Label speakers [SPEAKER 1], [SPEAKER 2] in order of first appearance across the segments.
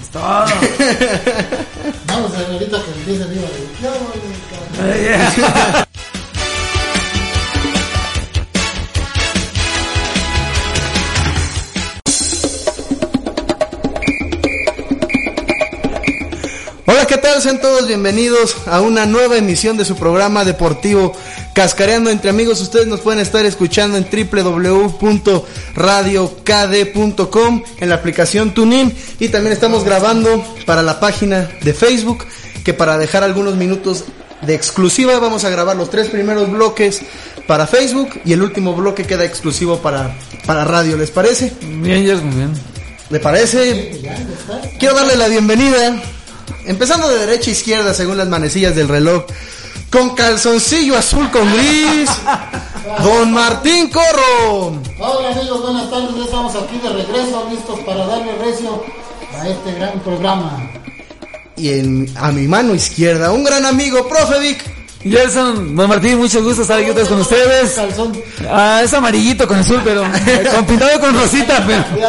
[SPEAKER 1] Es todo.
[SPEAKER 2] Vamos a ver ahorita que empiece el libro. No, no, no.
[SPEAKER 1] Hola, ¿qué tal? Sean todos bienvenidos a una nueva emisión de su programa deportivo Cascareando entre amigos. Ustedes nos pueden estar escuchando en www.radiokd.com, en la aplicación TuneIn y también estamos grabando para la página de Facebook, que para dejar algunos minutos de exclusiva vamos a grabar los tres primeros bloques para Facebook y el último bloque queda exclusivo para, para radio, ¿les parece?
[SPEAKER 3] Bien, ya es muy bien.
[SPEAKER 1] ¿Le parece? Quiero darle la bienvenida, empezando de derecha a izquierda según las manecillas del reloj, con calzoncillo azul con gris, don Martín Corro.
[SPEAKER 2] Hola amigos, buenas tardes. Ya Estamos aquí de regreso, listos para darle recio a este gran programa.
[SPEAKER 1] Y en, a mi mano izquierda, un gran amigo, profe Vic.
[SPEAKER 3] Gerson, don Martín, mucho gusto estar aquí otra vez con ustedes.
[SPEAKER 2] Calzón.
[SPEAKER 3] Ah, es amarillito con azul, pero eh, con pintado con rosita, pero una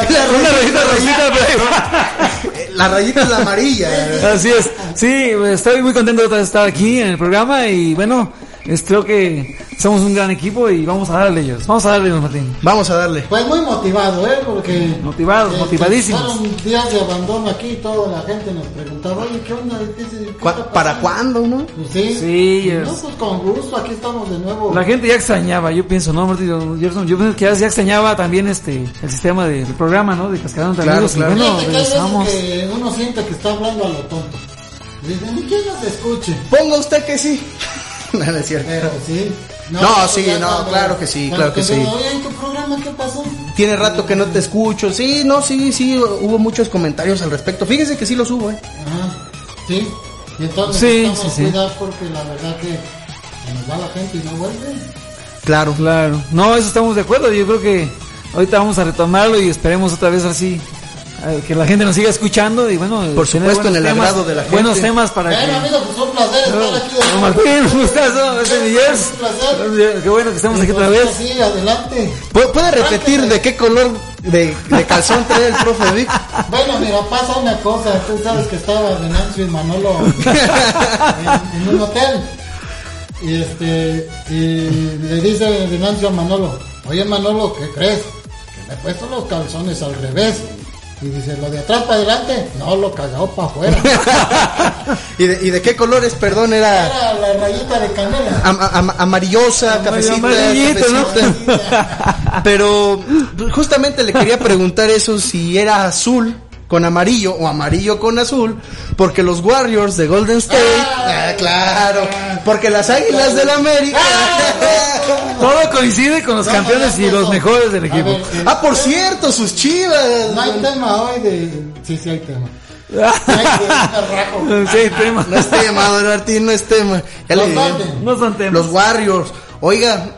[SPEAKER 3] rosita rosita,
[SPEAKER 1] La rayita es la amarilla. eh.
[SPEAKER 3] pero así es. Sí, pues, estoy muy contento de otra vez estar aquí en el programa y bueno, es- creo que somos un gran equipo y vamos a darle ellos. Vamos a darle, don Martín.
[SPEAKER 1] Vamos a darle.
[SPEAKER 2] Pues muy motivado, ¿eh? Porque.
[SPEAKER 3] Motivados,
[SPEAKER 2] eh,
[SPEAKER 3] motivadísimos.
[SPEAKER 2] pasaron días de abandono aquí y toda la gente nos preguntaba, oye, ¿qué onda? ¿Qué se- qué
[SPEAKER 1] ¿Cu-
[SPEAKER 2] está
[SPEAKER 1] ¿Para
[SPEAKER 2] pasando?"
[SPEAKER 1] cuándo, no?
[SPEAKER 2] Pues sí.
[SPEAKER 3] Sí,
[SPEAKER 2] No,
[SPEAKER 3] es-
[SPEAKER 2] pues con gusto, aquí estamos de nuevo.
[SPEAKER 3] La gente ya extrañaba, yo pienso, ¿no, Martín? Don Gerson, yo pienso que ya, ya extrañaba también este el sistema del programa, ¿no? De Cascadón
[SPEAKER 1] Claro,
[SPEAKER 3] Amigos.
[SPEAKER 1] claro.
[SPEAKER 3] Y bueno,
[SPEAKER 2] Fíjate que hay veces
[SPEAKER 3] regresamos.
[SPEAKER 2] que uno siente que está hablando a lo tonto. Dicen, ¿y quién nos escuche?
[SPEAKER 1] Ponga usted que sí. no, no es cierto.
[SPEAKER 2] Pero sí.
[SPEAKER 1] No,
[SPEAKER 2] pues,
[SPEAKER 1] sí,
[SPEAKER 2] ya
[SPEAKER 1] no, claro que sí,
[SPEAKER 2] cuando
[SPEAKER 1] claro que
[SPEAKER 2] te
[SPEAKER 1] sí.
[SPEAKER 2] digo, Oye, ¿en tu programa qué pasó?
[SPEAKER 1] Tiene rato que no te escucho. Sí, no, sí, sí, hubo muchos comentarios al respecto. Fíjese que sí los hubo, ¿eh?
[SPEAKER 2] Ajá, sí. Y entonces
[SPEAKER 3] Sí,
[SPEAKER 2] estamos
[SPEAKER 3] sí, sí.
[SPEAKER 2] cuidar porque la verdad que se nos va la gente y no vuelve.
[SPEAKER 1] Claro.
[SPEAKER 3] Claro, no, eso estamos de acuerdo. Yo creo que ahorita vamos a retomarlo y esperemos otra vez así eh, que la gente nos siga escuchando y bueno,
[SPEAKER 1] Por
[SPEAKER 3] tener
[SPEAKER 1] supuesto, en
[SPEAKER 3] buenos
[SPEAKER 1] el
[SPEAKER 3] temas-
[SPEAKER 1] agrado de la gente.
[SPEAKER 3] Buenos temas para
[SPEAKER 2] Bueno,
[SPEAKER 3] que.
[SPEAKER 2] amigos, pues un placer estar aquí de
[SPEAKER 3] Don
[SPEAKER 2] nuevo.
[SPEAKER 3] Martín, un gustazo, este
[SPEAKER 2] Un placer.
[SPEAKER 3] Miguel. Qué bueno que estamos aquí otra
[SPEAKER 2] Entonces,
[SPEAKER 3] vez.
[SPEAKER 2] Sí, adelante.
[SPEAKER 1] ¿Pu- ¿Puede repetir de qué color de, de calzón trae el profe Vic?
[SPEAKER 2] Bueno, mira, pasa una cosa. Tú sabes que estaba Venancio y Manolo en, en un hotel. Y este, y le dice Venancio a Manolo, oye Manolo, ¿qué crees? Que me he puesto los calzones al revés. Y dice, lo de atrás para adelante, no, lo cagado para afuera.
[SPEAKER 1] ¿Y de, y de qué colores, perdón, era
[SPEAKER 2] Era la rayita de canela.
[SPEAKER 1] am- am- amarillosa,
[SPEAKER 3] Amarillo-
[SPEAKER 1] cafecita,
[SPEAKER 3] amarillito, ¿no?
[SPEAKER 1] cafecita? Pero justamente le quería preguntar eso, si era azul con amarillo o amarillo con azul, porque los Warriors de Golden State,
[SPEAKER 2] Ah,
[SPEAKER 1] Ah, claro, porque las Águilas del América,
[SPEAKER 3] Todo coincide con los
[SPEAKER 2] No,
[SPEAKER 3] campeones
[SPEAKER 2] no,
[SPEAKER 3] y
[SPEAKER 2] no,
[SPEAKER 3] los
[SPEAKER 2] no.
[SPEAKER 3] mejores del
[SPEAKER 2] A
[SPEAKER 3] equipo.
[SPEAKER 2] ver, eh,
[SPEAKER 1] ah, por cierto, sus chivas,
[SPEAKER 2] No hay tema hoy de. Sí, sí, hay tema. No hay tema, rajo.
[SPEAKER 3] Sí, tema.
[SPEAKER 1] no es tema, don Martín, no es tema, Ya le
[SPEAKER 2] Los
[SPEAKER 1] diré.
[SPEAKER 2] Golden.
[SPEAKER 3] No son temas.
[SPEAKER 1] Los Warriors. Oiga,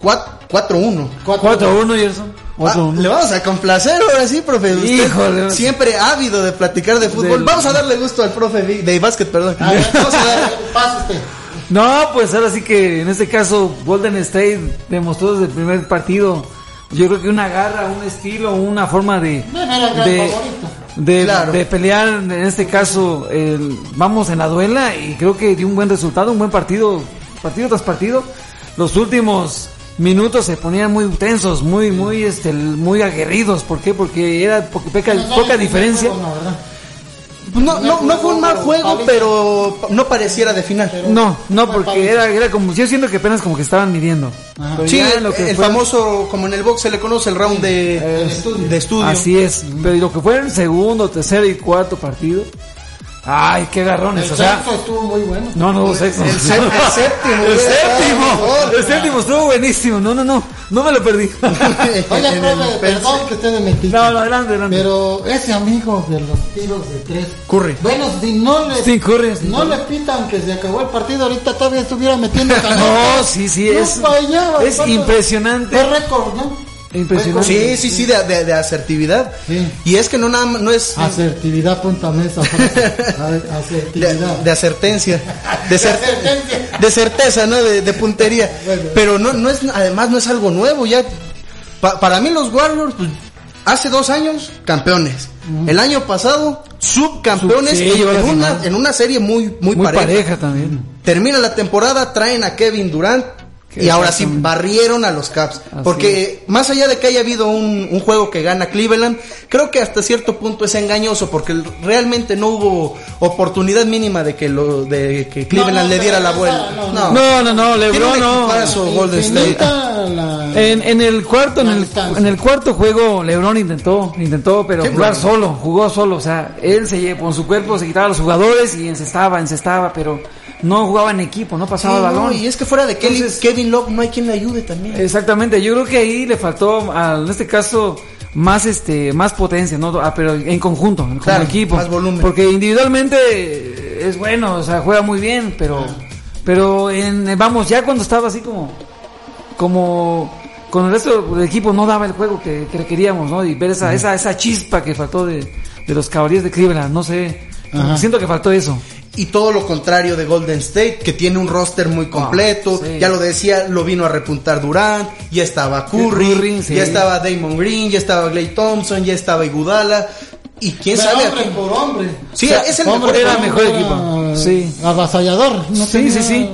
[SPEAKER 1] cua- 4-1.
[SPEAKER 2] Cuatro.
[SPEAKER 3] 4-1, Gerson.
[SPEAKER 1] Ah,
[SPEAKER 3] 4-1.
[SPEAKER 1] le vamos a complacer ahora sí, profe. Usted
[SPEAKER 3] Híjole.
[SPEAKER 1] Siempre ávido de platicar de fútbol.
[SPEAKER 3] Del-
[SPEAKER 1] Vamos a darle gusto al profe Vi- de básquet, perdón.
[SPEAKER 2] A ver,
[SPEAKER 1] Vamos a darle-
[SPEAKER 2] pasa usted.
[SPEAKER 3] No, pues ahora sí que en este caso Golden State demostró desde el primer partido, yo creo que una garra, un estilo, una forma de
[SPEAKER 2] No era el gran
[SPEAKER 3] de,
[SPEAKER 2] favorito.
[SPEAKER 3] de-
[SPEAKER 1] Claro.
[SPEAKER 3] de pelear en este caso el- vamos en la duela y creo que dio un buen resultado, un buen partido, partido tras partido. Los últimos minutos se ponían muy tensos, muy muy este muy aguerridos, ¿por qué? Porque era po- poca,
[SPEAKER 2] No sabe
[SPEAKER 3] poca
[SPEAKER 2] el
[SPEAKER 3] diferencia.
[SPEAKER 2] juego, no, ¿verdad?
[SPEAKER 1] No, no, no fue un mal juego, pero no pareciera de final.
[SPEAKER 3] No, no,
[SPEAKER 2] Fue
[SPEAKER 3] porque
[SPEAKER 2] paliza.
[SPEAKER 3] era, era como, yo siento que apenas como que estaban midiendo.
[SPEAKER 2] Ajá.
[SPEAKER 3] Pero
[SPEAKER 1] Sí,
[SPEAKER 3] ya
[SPEAKER 1] el,
[SPEAKER 3] lo que
[SPEAKER 1] el
[SPEAKER 3] fue-
[SPEAKER 1] famoso, como en el box se le conoce, el round de, de estudio.
[SPEAKER 3] Así es, pero y lo que fue el segundo, tercero y cuarto partido, Ay, qué garrones.
[SPEAKER 2] El
[SPEAKER 3] o sea,
[SPEAKER 2] sexto estuvo muy bueno.
[SPEAKER 3] no, no, sexto.
[SPEAKER 1] El, sé- el séptimo.
[SPEAKER 3] El
[SPEAKER 1] güey.
[SPEAKER 3] séptimo,
[SPEAKER 1] Ah,
[SPEAKER 3] el séptimo estuvo buenísimo. No, no, no, no me lo perdí. este,
[SPEAKER 2] Oye,
[SPEAKER 1] En el
[SPEAKER 2] profe,
[SPEAKER 1] pens-
[SPEAKER 2] perdón que te metí.
[SPEAKER 3] No, no, adelante, adelante.
[SPEAKER 2] Pero ese amigo de los tiros de tres.
[SPEAKER 1] Curry.
[SPEAKER 2] Bueno, si no le,
[SPEAKER 3] Sí, Curry.
[SPEAKER 2] no le pitan que se acabó el partido, ahorita todavía estuviera metiendo canasta.
[SPEAKER 3] No, sí, sí,
[SPEAKER 2] No
[SPEAKER 3] es,
[SPEAKER 2] fallaba,
[SPEAKER 3] es
[SPEAKER 2] ¿cuánto?
[SPEAKER 3] impresionante.
[SPEAKER 2] Fue récord, ¿no?
[SPEAKER 3] Impresionante.
[SPEAKER 1] Sí, sí, sí, de, de- de asertividad.
[SPEAKER 2] Sí.
[SPEAKER 1] Y es que no, nada, no es
[SPEAKER 2] Asertividad, apúntame esa frase. A ver,
[SPEAKER 1] de,
[SPEAKER 2] Asertividad.
[SPEAKER 1] de acertencia, de, cer-
[SPEAKER 2] acertencia.
[SPEAKER 1] de certeza, ¿no? De, de puntería.
[SPEAKER 2] Bueno.
[SPEAKER 1] Pero no, no es, además no es algo nuevo. Ya Pa- para mí los Warriors, pues, hace dos años campeones. El año pasado subcampeones
[SPEAKER 3] Sub- sí, llegó a la
[SPEAKER 1] en, una,
[SPEAKER 3] final.
[SPEAKER 1] en una serie muy muy,
[SPEAKER 3] Muy
[SPEAKER 1] pareja.
[SPEAKER 3] pareja también.
[SPEAKER 1] Termina la temporada, traen a Kevin Durant.
[SPEAKER 3] Qué
[SPEAKER 1] Y ahora sí,
[SPEAKER 3] exactamente.
[SPEAKER 1] barrieron a los Caps.
[SPEAKER 3] Así
[SPEAKER 1] porque más allá de que haya habido un, un juego que gana Cleveland, creo que hasta cierto punto es engañoso porque el- realmente no hubo oportunidad mínima de que, lo, de que
[SPEAKER 2] no,
[SPEAKER 1] Cleveland le diera
[SPEAKER 2] pero
[SPEAKER 1] la
[SPEAKER 2] no,
[SPEAKER 1] vuelta.
[SPEAKER 2] no,
[SPEAKER 1] No,
[SPEAKER 3] No, no, no,
[SPEAKER 1] Tiene un
[SPEAKER 3] LeBron no.
[SPEAKER 1] equipazo. Golden State.
[SPEAKER 2] Infinita la-
[SPEAKER 3] En, en el cuarto, en
[SPEAKER 2] La
[SPEAKER 3] el,
[SPEAKER 2] distancia.
[SPEAKER 3] en el cuarto juego, LeBron intentó, intentó, pero
[SPEAKER 1] Sí,
[SPEAKER 3] jugar
[SPEAKER 1] bueno.
[SPEAKER 3] solo, jugó solo, o sea, él se lle- con su cuerpo se quitaba a los jugadores y encestaba, encestaba, pero no jugaba en equipo, no
[SPEAKER 1] Sí,
[SPEAKER 3] pasaba el
[SPEAKER 1] no,
[SPEAKER 3] balón.
[SPEAKER 1] y es que fuera de Kelly-
[SPEAKER 3] Entonces-
[SPEAKER 1] Kevin Love no hay quien le ayude también.
[SPEAKER 3] Eh, Exactamente, yo creo que ahí le faltó, a- en este caso, más este, más potencia, ¿no? Ah, pero en conjunto, como
[SPEAKER 1] Claro,
[SPEAKER 3] equipo.
[SPEAKER 1] más volumen.
[SPEAKER 3] Porque individualmente eh, es bueno, o sea, juega muy bien, pero, pero en, eh, vamos, ya cuando estaba así como, como, con el resto del equipo no daba el juego que, que requeríamos, ¿no? Y ver esa, esa, esa chispa que faltó de, de los caballeros de Cleveland, no sé. como
[SPEAKER 2] Ajá.
[SPEAKER 3] que Siento que faltó eso.
[SPEAKER 1] Y todo lo contrario de Golden State, que tiene un roster muy completo.
[SPEAKER 3] Ah, sí.
[SPEAKER 1] Ya lo decía, lo vino a repuntar Durant, ya estaba Curry,
[SPEAKER 3] Curry, sí.
[SPEAKER 1] ya estaba Damon Green, ya estaba Clay Thompson, ya estaba Igudala. Y quién
[SPEAKER 2] Pero
[SPEAKER 1] sabe a
[SPEAKER 2] hombre
[SPEAKER 1] quién-
[SPEAKER 2] por hombre.
[SPEAKER 1] Sí, es el
[SPEAKER 2] Hombre
[SPEAKER 1] mejor.
[SPEAKER 3] era
[SPEAKER 2] por
[SPEAKER 3] mejor
[SPEAKER 2] hombre
[SPEAKER 3] equipo.
[SPEAKER 2] era
[SPEAKER 3] Sí.
[SPEAKER 2] Avasallador. no
[SPEAKER 3] Sí, sí, sí.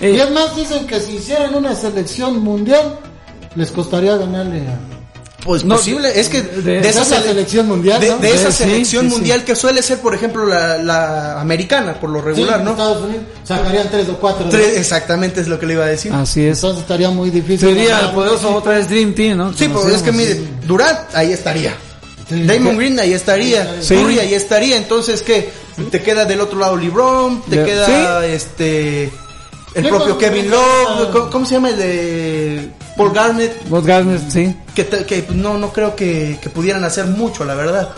[SPEAKER 3] Eh.
[SPEAKER 2] Y es más, dicen que si hicieran una selección mundial, les costaría ganarle a...
[SPEAKER 1] Pues
[SPEAKER 3] No,
[SPEAKER 1] posible, es que de,
[SPEAKER 3] de
[SPEAKER 1] esa,
[SPEAKER 2] esa
[SPEAKER 1] sele-
[SPEAKER 2] selección mundial,
[SPEAKER 1] de,
[SPEAKER 2] ¿no?
[SPEAKER 1] de esa
[SPEAKER 3] Sí,
[SPEAKER 1] selección
[SPEAKER 3] sí, sí.
[SPEAKER 1] mundial que suele ser, por ejemplo, la, la americana, por lo
[SPEAKER 2] Sí,
[SPEAKER 1] regular, ¿no?
[SPEAKER 2] Estados Unidos sacarían tres o cuatro. ¿no?
[SPEAKER 1] Tres- exactamente es lo que le iba a decir.
[SPEAKER 3] Así es.
[SPEAKER 2] Entonces estaría muy difícil.
[SPEAKER 3] Sería
[SPEAKER 2] ganar
[SPEAKER 3] el poderoso otra vez Dream Team, ¿no?
[SPEAKER 1] sí, pues es que mire, Durant ahí estaría.
[SPEAKER 2] Sí.
[SPEAKER 1] Damon Green ahí estaría,
[SPEAKER 3] Sí.
[SPEAKER 1] Curry ahí estaría, entonces que te queda del otro lado LeBron, te
[SPEAKER 3] Le-
[SPEAKER 1] queda
[SPEAKER 3] Sí.
[SPEAKER 1] este el
[SPEAKER 2] Yo
[SPEAKER 1] propio
[SPEAKER 2] conozco
[SPEAKER 1] Kevin
[SPEAKER 2] a-
[SPEAKER 1] Love, ¿cómo, cómo se llama el de Paul Garnett?
[SPEAKER 3] Bob Gardner, sí.
[SPEAKER 1] Que, te- que pues, no no creo que, que pudieran hacer mucho, la verdad.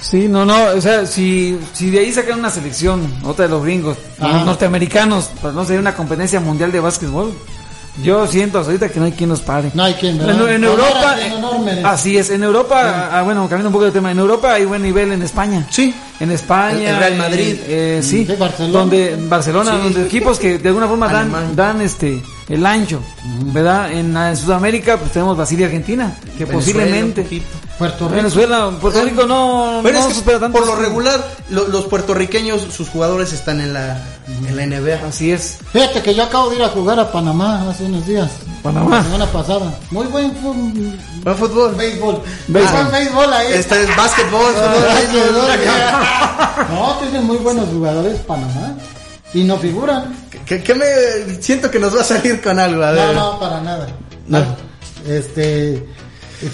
[SPEAKER 3] Sí, no, no, o sea, si, si de ahí sacan una selección, otra de los gringos,
[SPEAKER 2] Ajá.
[SPEAKER 3] los norteamericanos, pues no sería una competencia mundial de básquetbol. Yo siento hasta ahorita que no hay quien nos pare.
[SPEAKER 2] No hay quien, ¿verdad?
[SPEAKER 3] En, en
[SPEAKER 2] Ahora
[SPEAKER 3] Europa,
[SPEAKER 2] hacen enormes.
[SPEAKER 3] así es, en Europa, ah, bueno, cambiando un poco de tema, en Europa hay buen nivel en España.
[SPEAKER 1] Sí.
[SPEAKER 3] En España.
[SPEAKER 1] El- el Real Madrid.
[SPEAKER 3] en- eh, sí.
[SPEAKER 2] Sí, Barcelona.
[SPEAKER 3] Donde, en Barcelona,
[SPEAKER 1] Sí.
[SPEAKER 3] donde equipos que de alguna forma dan,
[SPEAKER 1] Alemán.
[SPEAKER 3] dan este, el ancho, ¿verdad? En, en Sudamérica, pues tenemos Brasil y Argentina, que
[SPEAKER 1] Venezuela, un
[SPEAKER 3] posiblemente.
[SPEAKER 1] poquito.
[SPEAKER 2] Puerto Rico.
[SPEAKER 3] Venezuela, Puerto Rico no,
[SPEAKER 1] Pero
[SPEAKER 3] no
[SPEAKER 1] es que
[SPEAKER 3] supera tanto.
[SPEAKER 1] por lo regular lo- los puertorriqueños sus jugadores están en la en la NBA.
[SPEAKER 3] Así es.
[SPEAKER 2] Fíjate que yo acabo de ir a jugar a Panamá hace unos días.
[SPEAKER 3] Panamá.
[SPEAKER 2] La semana pasada. Muy buen fútbol.
[SPEAKER 1] ¿Va fútbol?
[SPEAKER 2] Béisbol.
[SPEAKER 3] Béisbol.
[SPEAKER 2] Buen béisbol ahí.
[SPEAKER 1] Este es básquetbol, fútbol,
[SPEAKER 2] Ah,
[SPEAKER 1] béisbol,
[SPEAKER 2] No, tienen muy buenos jugadores Panamá. Y no figuran.
[SPEAKER 1] que, que me siento que nos va a salir con algo, a
[SPEAKER 2] No,
[SPEAKER 1] ver.
[SPEAKER 2] no, para nada.
[SPEAKER 1] No.
[SPEAKER 2] Ah, Este,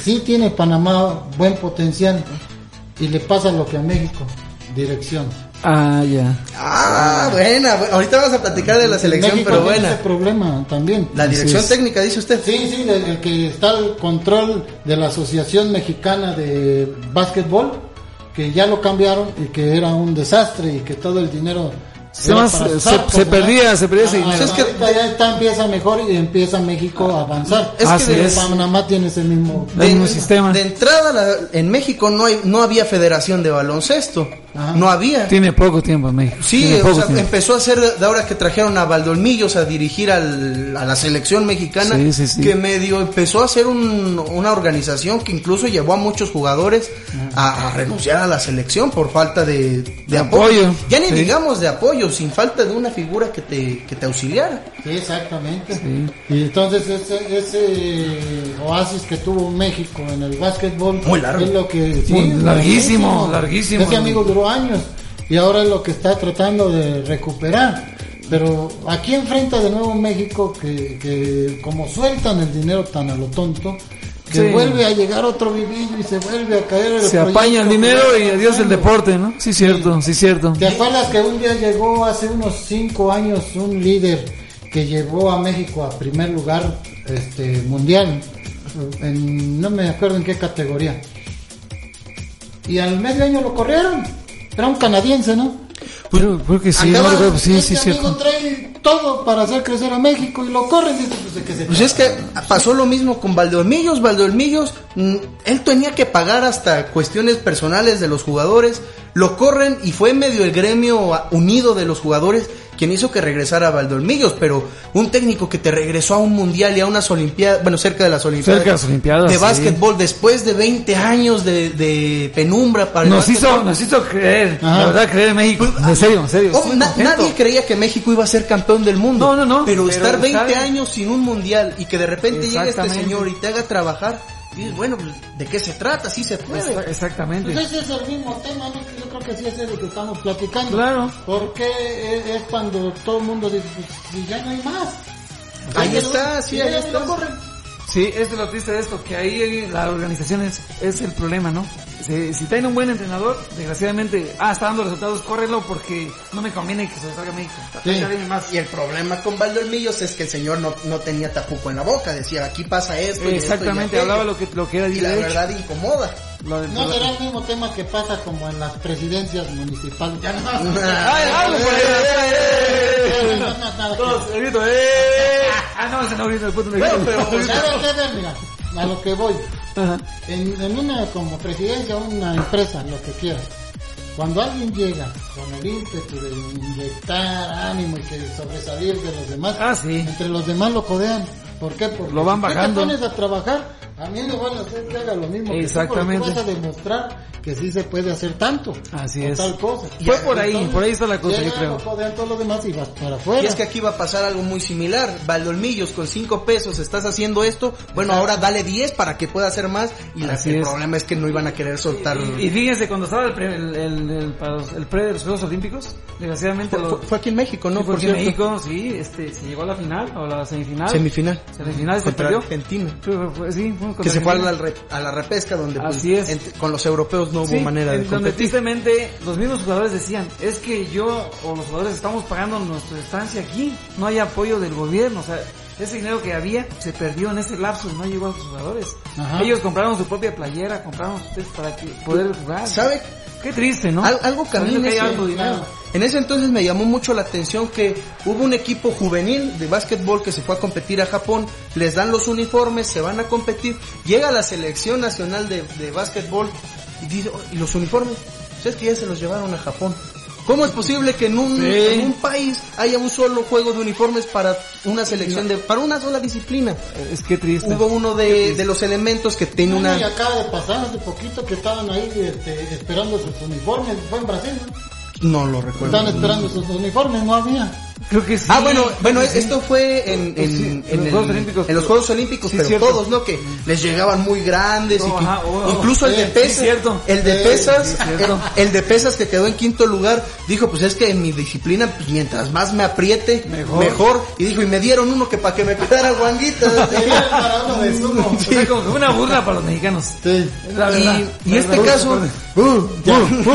[SPEAKER 2] sí tiene Panamá buen potencial. Y le pasa lo que a México. Dirección.
[SPEAKER 3] Ah, ya.
[SPEAKER 1] Ah, buena, bu- ahorita vamos a platicar de la selección,
[SPEAKER 2] México
[SPEAKER 1] pero
[SPEAKER 2] tiene
[SPEAKER 1] buena.
[SPEAKER 2] Ese problema también.
[SPEAKER 1] La dirección
[SPEAKER 3] es.
[SPEAKER 1] técnica, dice usted.
[SPEAKER 2] Sí, sí, el, el que está al control de la Asociación Mexicana de Básquetbol, que ya lo cambiaron y que era un desastre y que todo el dinero
[SPEAKER 3] Se
[SPEAKER 2] era
[SPEAKER 3] más- eh,
[SPEAKER 2] para
[SPEAKER 3] se-
[SPEAKER 2] zarcos,
[SPEAKER 3] se
[SPEAKER 2] ¿verdad?
[SPEAKER 3] perdía, se perdía ese
[SPEAKER 2] Ah,
[SPEAKER 3] dinero.
[SPEAKER 2] es que ahorita ya está, empieza mejor y empieza México a avanzar.
[SPEAKER 1] Es que
[SPEAKER 3] Así
[SPEAKER 1] de-
[SPEAKER 3] es.
[SPEAKER 2] Panamá tiene ese mismo.
[SPEAKER 3] No hay ningún sistema.
[SPEAKER 1] de entrada, la- en México no, hay, no había federación de baloncesto.
[SPEAKER 2] Ajá.
[SPEAKER 1] No había.
[SPEAKER 3] Tiene poco tiempo en México.
[SPEAKER 1] Sí,
[SPEAKER 3] Tiene
[SPEAKER 1] o
[SPEAKER 3] poco
[SPEAKER 1] sea,
[SPEAKER 3] tiempo.
[SPEAKER 1] empezó a ser de ahora que trajeron a Valdolmillos a dirigir al- a la selección mexicana,
[SPEAKER 3] Sí, sí, sí.
[SPEAKER 1] que medio empezó a ser un- una organización que incluso llevó a muchos jugadores a, a renunciar a la selección por falta de, de apoyo.
[SPEAKER 3] apoyo,
[SPEAKER 1] Ya ni
[SPEAKER 3] sí.
[SPEAKER 1] digamos de apoyo, sin falta de una figura que te, que te auxiliara.
[SPEAKER 2] Sí, exactamente.
[SPEAKER 3] Sí.
[SPEAKER 2] Y entonces ese, ese oasis que tuvo México en el básquetbol
[SPEAKER 1] Muy largo.
[SPEAKER 2] es lo que sí,
[SPEAKER 3] Muy larguísimo, larguísimo.
[SPEAKER 2] Ese amigo duró años y ahora es lo que está tratando de recuperar. Pero aquí enfrenta de nuevo México que, que como sueltan el dinero tan a lo tonto, que
[SPEAKER 3] Sí.
[SPEAKER 2] vuelve a llegar otro vivillo y se vuelve a caer el
[SPEAKER 3] Se
[SPEAKER 2] proyecto,
[SPEAKER 3] apaña el dinero
[SPEAKER 2] pero-
[SPEAKER 3] y adiós el deporte, ¿no? Sí, cierto, sí, cierto.
[SPEAKER 2] ¿Te acuerdas que un día llegó hace unos cinco años un líder que llevó a México a primer lugar este mundial? En- no me acuerdo en qué categoría. Y al medio año lo corrieron. Era un canadiense, ¿no?
[SPEAKER 3] Creo, Pues, creo que sí,
[SPEAKER 2] Acaba-
[SPEAKER 3] no recuerdo, sí,
[SPEAKER 2] este
[SPEAKER 3] sí,
[SPEAKER 2] amigo
[SPEAKER 3] cierto.
[SPEAKER 2] trae todo para hacer crecer a México y lo corren. Dice, pues, ¿de qué se
[SPEAKER 1] Pues es que pasó lo mismo con Valdolmillos. Valdolmillos, mm, él tenía que pagar hasta cuestiones personales de los jugadores. Lo corren y fue medio el gremio a- unido de los jugadores quien hizo que regresara a Valdolmillos. Pero un técnico que te regresó a un mundial y a unas Olimpiadas, bueno, cerca de las Olimpiadas.
[SPEAKER 3] Cerca de las Olimpiadas,
[SPEAKER 1] De
[SPEAKER 3] sí.
[SPEAKER 1] básquetbol, después de 20 años de, de penumbra para el
[SPEAKER 3] Nos hizo,
[SPEAKER 1] básquetbol.
[SPEAKER 3] nos hizo creer,
[SPEAKER 2] Ajá.
[SPEAKER 3] la verdad, creer en México. En serio, en serio.
[SPEAKER 1] Oh,
[SPEAKER 3] estoy
[SPEAKER 1] na-
[SPEAKER 3] contento.
[SPEAKER 1] nadie creía que México iba a ser campeón del mundo.
[SPEAKER 3] No, no, no.
[SPEAKER 1] Pero,
[SPEAKER 3] Pero
[SPEAKER 1] estar 20
[SPEAKER 3] estar-
[SPEAKER 1] años sin un mundial y que de repente llegue este
[SPEAKER 3] Exactamente.
[SPEAKER 1] señor y te haga trabajar, y dices, bueno, pues, ¿de qué se trata? Sí se puede.
[SPEAKER 3] Esta- Exactamente.
[SPEAKER 2] Pues ese es el mismo tema, ¿no? yo creo que sí es el que estamos platicando.
[SPEAKER 3] Claro.
[SPEAKER 2] Porque es, es cuando todo el mundo dice, pues si ya no hay más.
[SPEAKER 1] Ahí
[SPEAKER 2] Ya
[SPEAKER 1] está,
[SPEAKER 2] no-
[SPEAKER 1] sí,
[SPEAKER 2] ya
[SPEAKER 1] ahí
[SPEAKER 2] no
[SPEAKER 1] está.
[SPEAKER 2] lo corren.
[SPEAKER 3] Sí, es de lo triste de esto, que ahí la organización es, es el problema, ¿no? Si, si tiene un buen entrenador, desgraciadamente, ah, está dando resultados, córrelo porque no me conviene que se salga México.
[SPEAKER 2] Sí.
[SPEAKER 3] Ya viene más.
[SPEAKER 1] Y el problema con Valdo Millos es que el señor no, no tenía tapuco en la boca, decía, aquí pasa esto. y esto y
[SPEAKER 3] Eh, Exactamente,
[SPEAKER 1] aquello".
[SPEAKER 3] hablaba lo que, lo que era
[SPEAKER 1] eh, Y la
[SPEAKER 3] derecho.
[SPEAKER 1] verdad incomoda.
[SPEAKER 3] Lo de-
[SPEAKER 2] No será el mismo tema que pasa como en las presidencias municipales. Ya no.
[SPEAKER 3] Ay, algo por ahí.
[SPEAKER 2] No, no, no, nada que ver.
[SPEAKER 3] Todos, el grito, ¡eh! Ah, no, ese no grito, el puto no grito.
[SPEAKER 2] Pero,
[SPEAKER 1] pues-
[SPEAKER 2] ¿sabes qué, Fer? Mira, A lo que voy.
[SPEAKER 3] Ajá.
[SPEAKER 2] En, en una como presidencia, una empresa, lo que quieras. Cuando alguien llega con el ímpetu de inyectar ánimo y que sobresalir de los demás,
[SPEAKER 3] Ah, sí.
[SPEAKER 2] entre los demás lo codean. ¿Por qué? Porque
[SPEAKER 3] Lo van
[SPEAKER 2] si tú
[SPEAKER 3] bajando.
[SPEAKER 2] te pones a trabajar, a mí me van a hacer que haga lo mismo. que tú, porque
[SPEAKER 3] Exactamente.
[SPEAKER 2] Tú vas a demostrar que sí se puede hacer tanto.
[SPEAKER 3] Así
[SPEAKER 2] o
[SPEAKER 3] es.
[SPEAKER 2] Tal cosa.
[SPEAKER 3] Fue por ahí, por ahí está la cosa, yo
[SPEAKER 2] llegan,
[SPEAKER 3] creo.
[SPEAKER 2] lo codean todos los demás y vas para afuera.
[SPEAKER 1] Y es que aquí va a pasar algo muy similar. Valdolmillos, con 5 pesos estás haciendo esto. Bueno, ahora dale 10 para que pueda hacer más. Y la-
[SPEAKER 3] Así
[SPEAKER 1] el
[SPEAKER 3] es.
[SPEAKER 1] problema es que no iban a querer soltar.
[SPEAKER 3] Y, y fíjense, cuando estaba el pre, el, el, el- para los- el pre de los Juegos Olímpicos, desgraciadamente
[SPEAKER 1] Fue,
[SPEAKER 3] lo-
[SPEAKER 1] fue- fue aquí en México, ¿no?
[SPEAKER 3] sí,
[SPEAKER 1] Por
[SPEAKER 3] porque
[SPEAKER 1] cierto.
[SPEAKER 3] México, sí, este, se llegó a la final, o a la semifinal.
[SPEAKER 1] Semifinal.
[SPEAKER 3] Semifinal se
[SPEAKER 1] Contra
[SPEAKER 3] perdió.
[SPEAKER 1] Argentina.
[SPEAKER 3] Fue- fue- fue- sí, fue contra
[SPEAKER 1] Que se fue a la,
[SPEAKER 3] Argentina.
[SPEAKER 1] re- a la repesca donde pues,
[SPEAKER 3] Así es.
[SPEAKER 1] ent- con los europeos no hubo
[SPEAKER 3] Sí,
[SPEAKER 1] manera de
[SPEAKER 3] en donde
[SPEAKER 1] competir.
[SPEAKER 3] tristemente los mismos jugadores decían, es que yo o los jugadores estamos pagando nuestra estancia aquí, no hay apoyo del gobierno, o sea, ese dinero que había se perdió en ese lapso, no llegó a los jugadores.
[SPEAKER 2] Ajá.
[SPEAKER 3] Ellos compraron su propia playera, compraron sus tenis para que poder jugar.
[SPEAKER 1] ¿Sabe?
[SPEAKER 3] Qué triste, ¿no?
[SPEAKER 1] Al- algo que a mí
[SPEAKER 3] Sabiendo
[SPEAKER 1] me
[SPEAKER 3] que hay
[SPEAKER 1] hizo-
[SPEAKER 3] algo de dinero.
[SPEAKER 1] En ese entonces me llamó mucho la atención que hubo un equipo juvenil de básquetbol que se fue a competir a Japón, les dan los uniformes, se van a competir, llega la selección nacional de, de básquetbol y dice, "Oh, ¿y los uniformes? Pues es que ya se los llevaron a Japón. ¿Cómo es posible que en un,
[SPEAKER 3] Sí.
[SPEAKER 1] en un país haya un solo juego de uniformes para una selección de, para una sola disciplina?
[SPEAKER 3] Es que triste.
[SPEAKER 1] Hubo uno de, de los elementos que tiene
[SPEAKER 2] No, Y
[SPEAKER 1] una...
[SPEAKER 2] acaba de pasar hace poquito que estaban ahí este, esperando sus uniformes. Fue en Brasil, ¿no?
[SPEAKER 1] No lo recuerdo.
[SPEAKER 2] Pues Estaban esperando sus uniformes, no había.
[SPEAKER 3] Creo que sí.
[SPEAKER 1] Ah, bueno, bueno,
[SPEAKER 3] Sí. Pues
[SPEAKER 1] esto fue en, en,
[SPEAKER 3] Sí,
[SPEAKER 1] en,
[SPEAKER 3] en los
[SPEAKER 1] el-
[SPEAKER 3] Juegos Olímpicos.
[SPEAKER 1] en los Juegos Olímpicos,
[SPEAKER 3] Sí,
[SPEAKER 1] pero
[SPEAKER 3] cierto.
[SPEAKER 1] todos, ¿no? Que les llegaban muy grandes y
[SPEAKER 3] Oh,
[SPEAKER 1] que-
[SPEAKER 3] ajá, oh,
[SPEAKER 1] incluso el
[SPEAKER 3] sí,
[SPEAKER 1] de
[SPEAKER 3] sí,
[SPEAKER 1] pesas,
[SPEAKER 3] cierto.
[SPEAKER 1] el de
[SPEAKER 2] Sí,
[SPEAKER 1] pesas,
[SPEAKER 3] sí, cierto.
[SPEAKER 1] el, el de pesas que quedó en quinto lugar, dijo, pues es que en mi disciplina, pues, mientras más me apriete,
[SPEAKER 3] Mejor.
[SPEAKER 1] mejor, y dijo, y me dieron uno que para que me quedara guanguita.
[SPEAKER 2] Era el parado de sumo.
[SPEAKER 3] O sea, como que una burla para los mexicanos.
[SPEAKER 2] Sí.
[SPEAKER 3] La verdad.
[SPEAKER 1] Y, y
[SPEAKER 3] La
[SPEAKER 1] este
[SPEAKER 3] verdad.
[SPEAKER 1] caso, uh,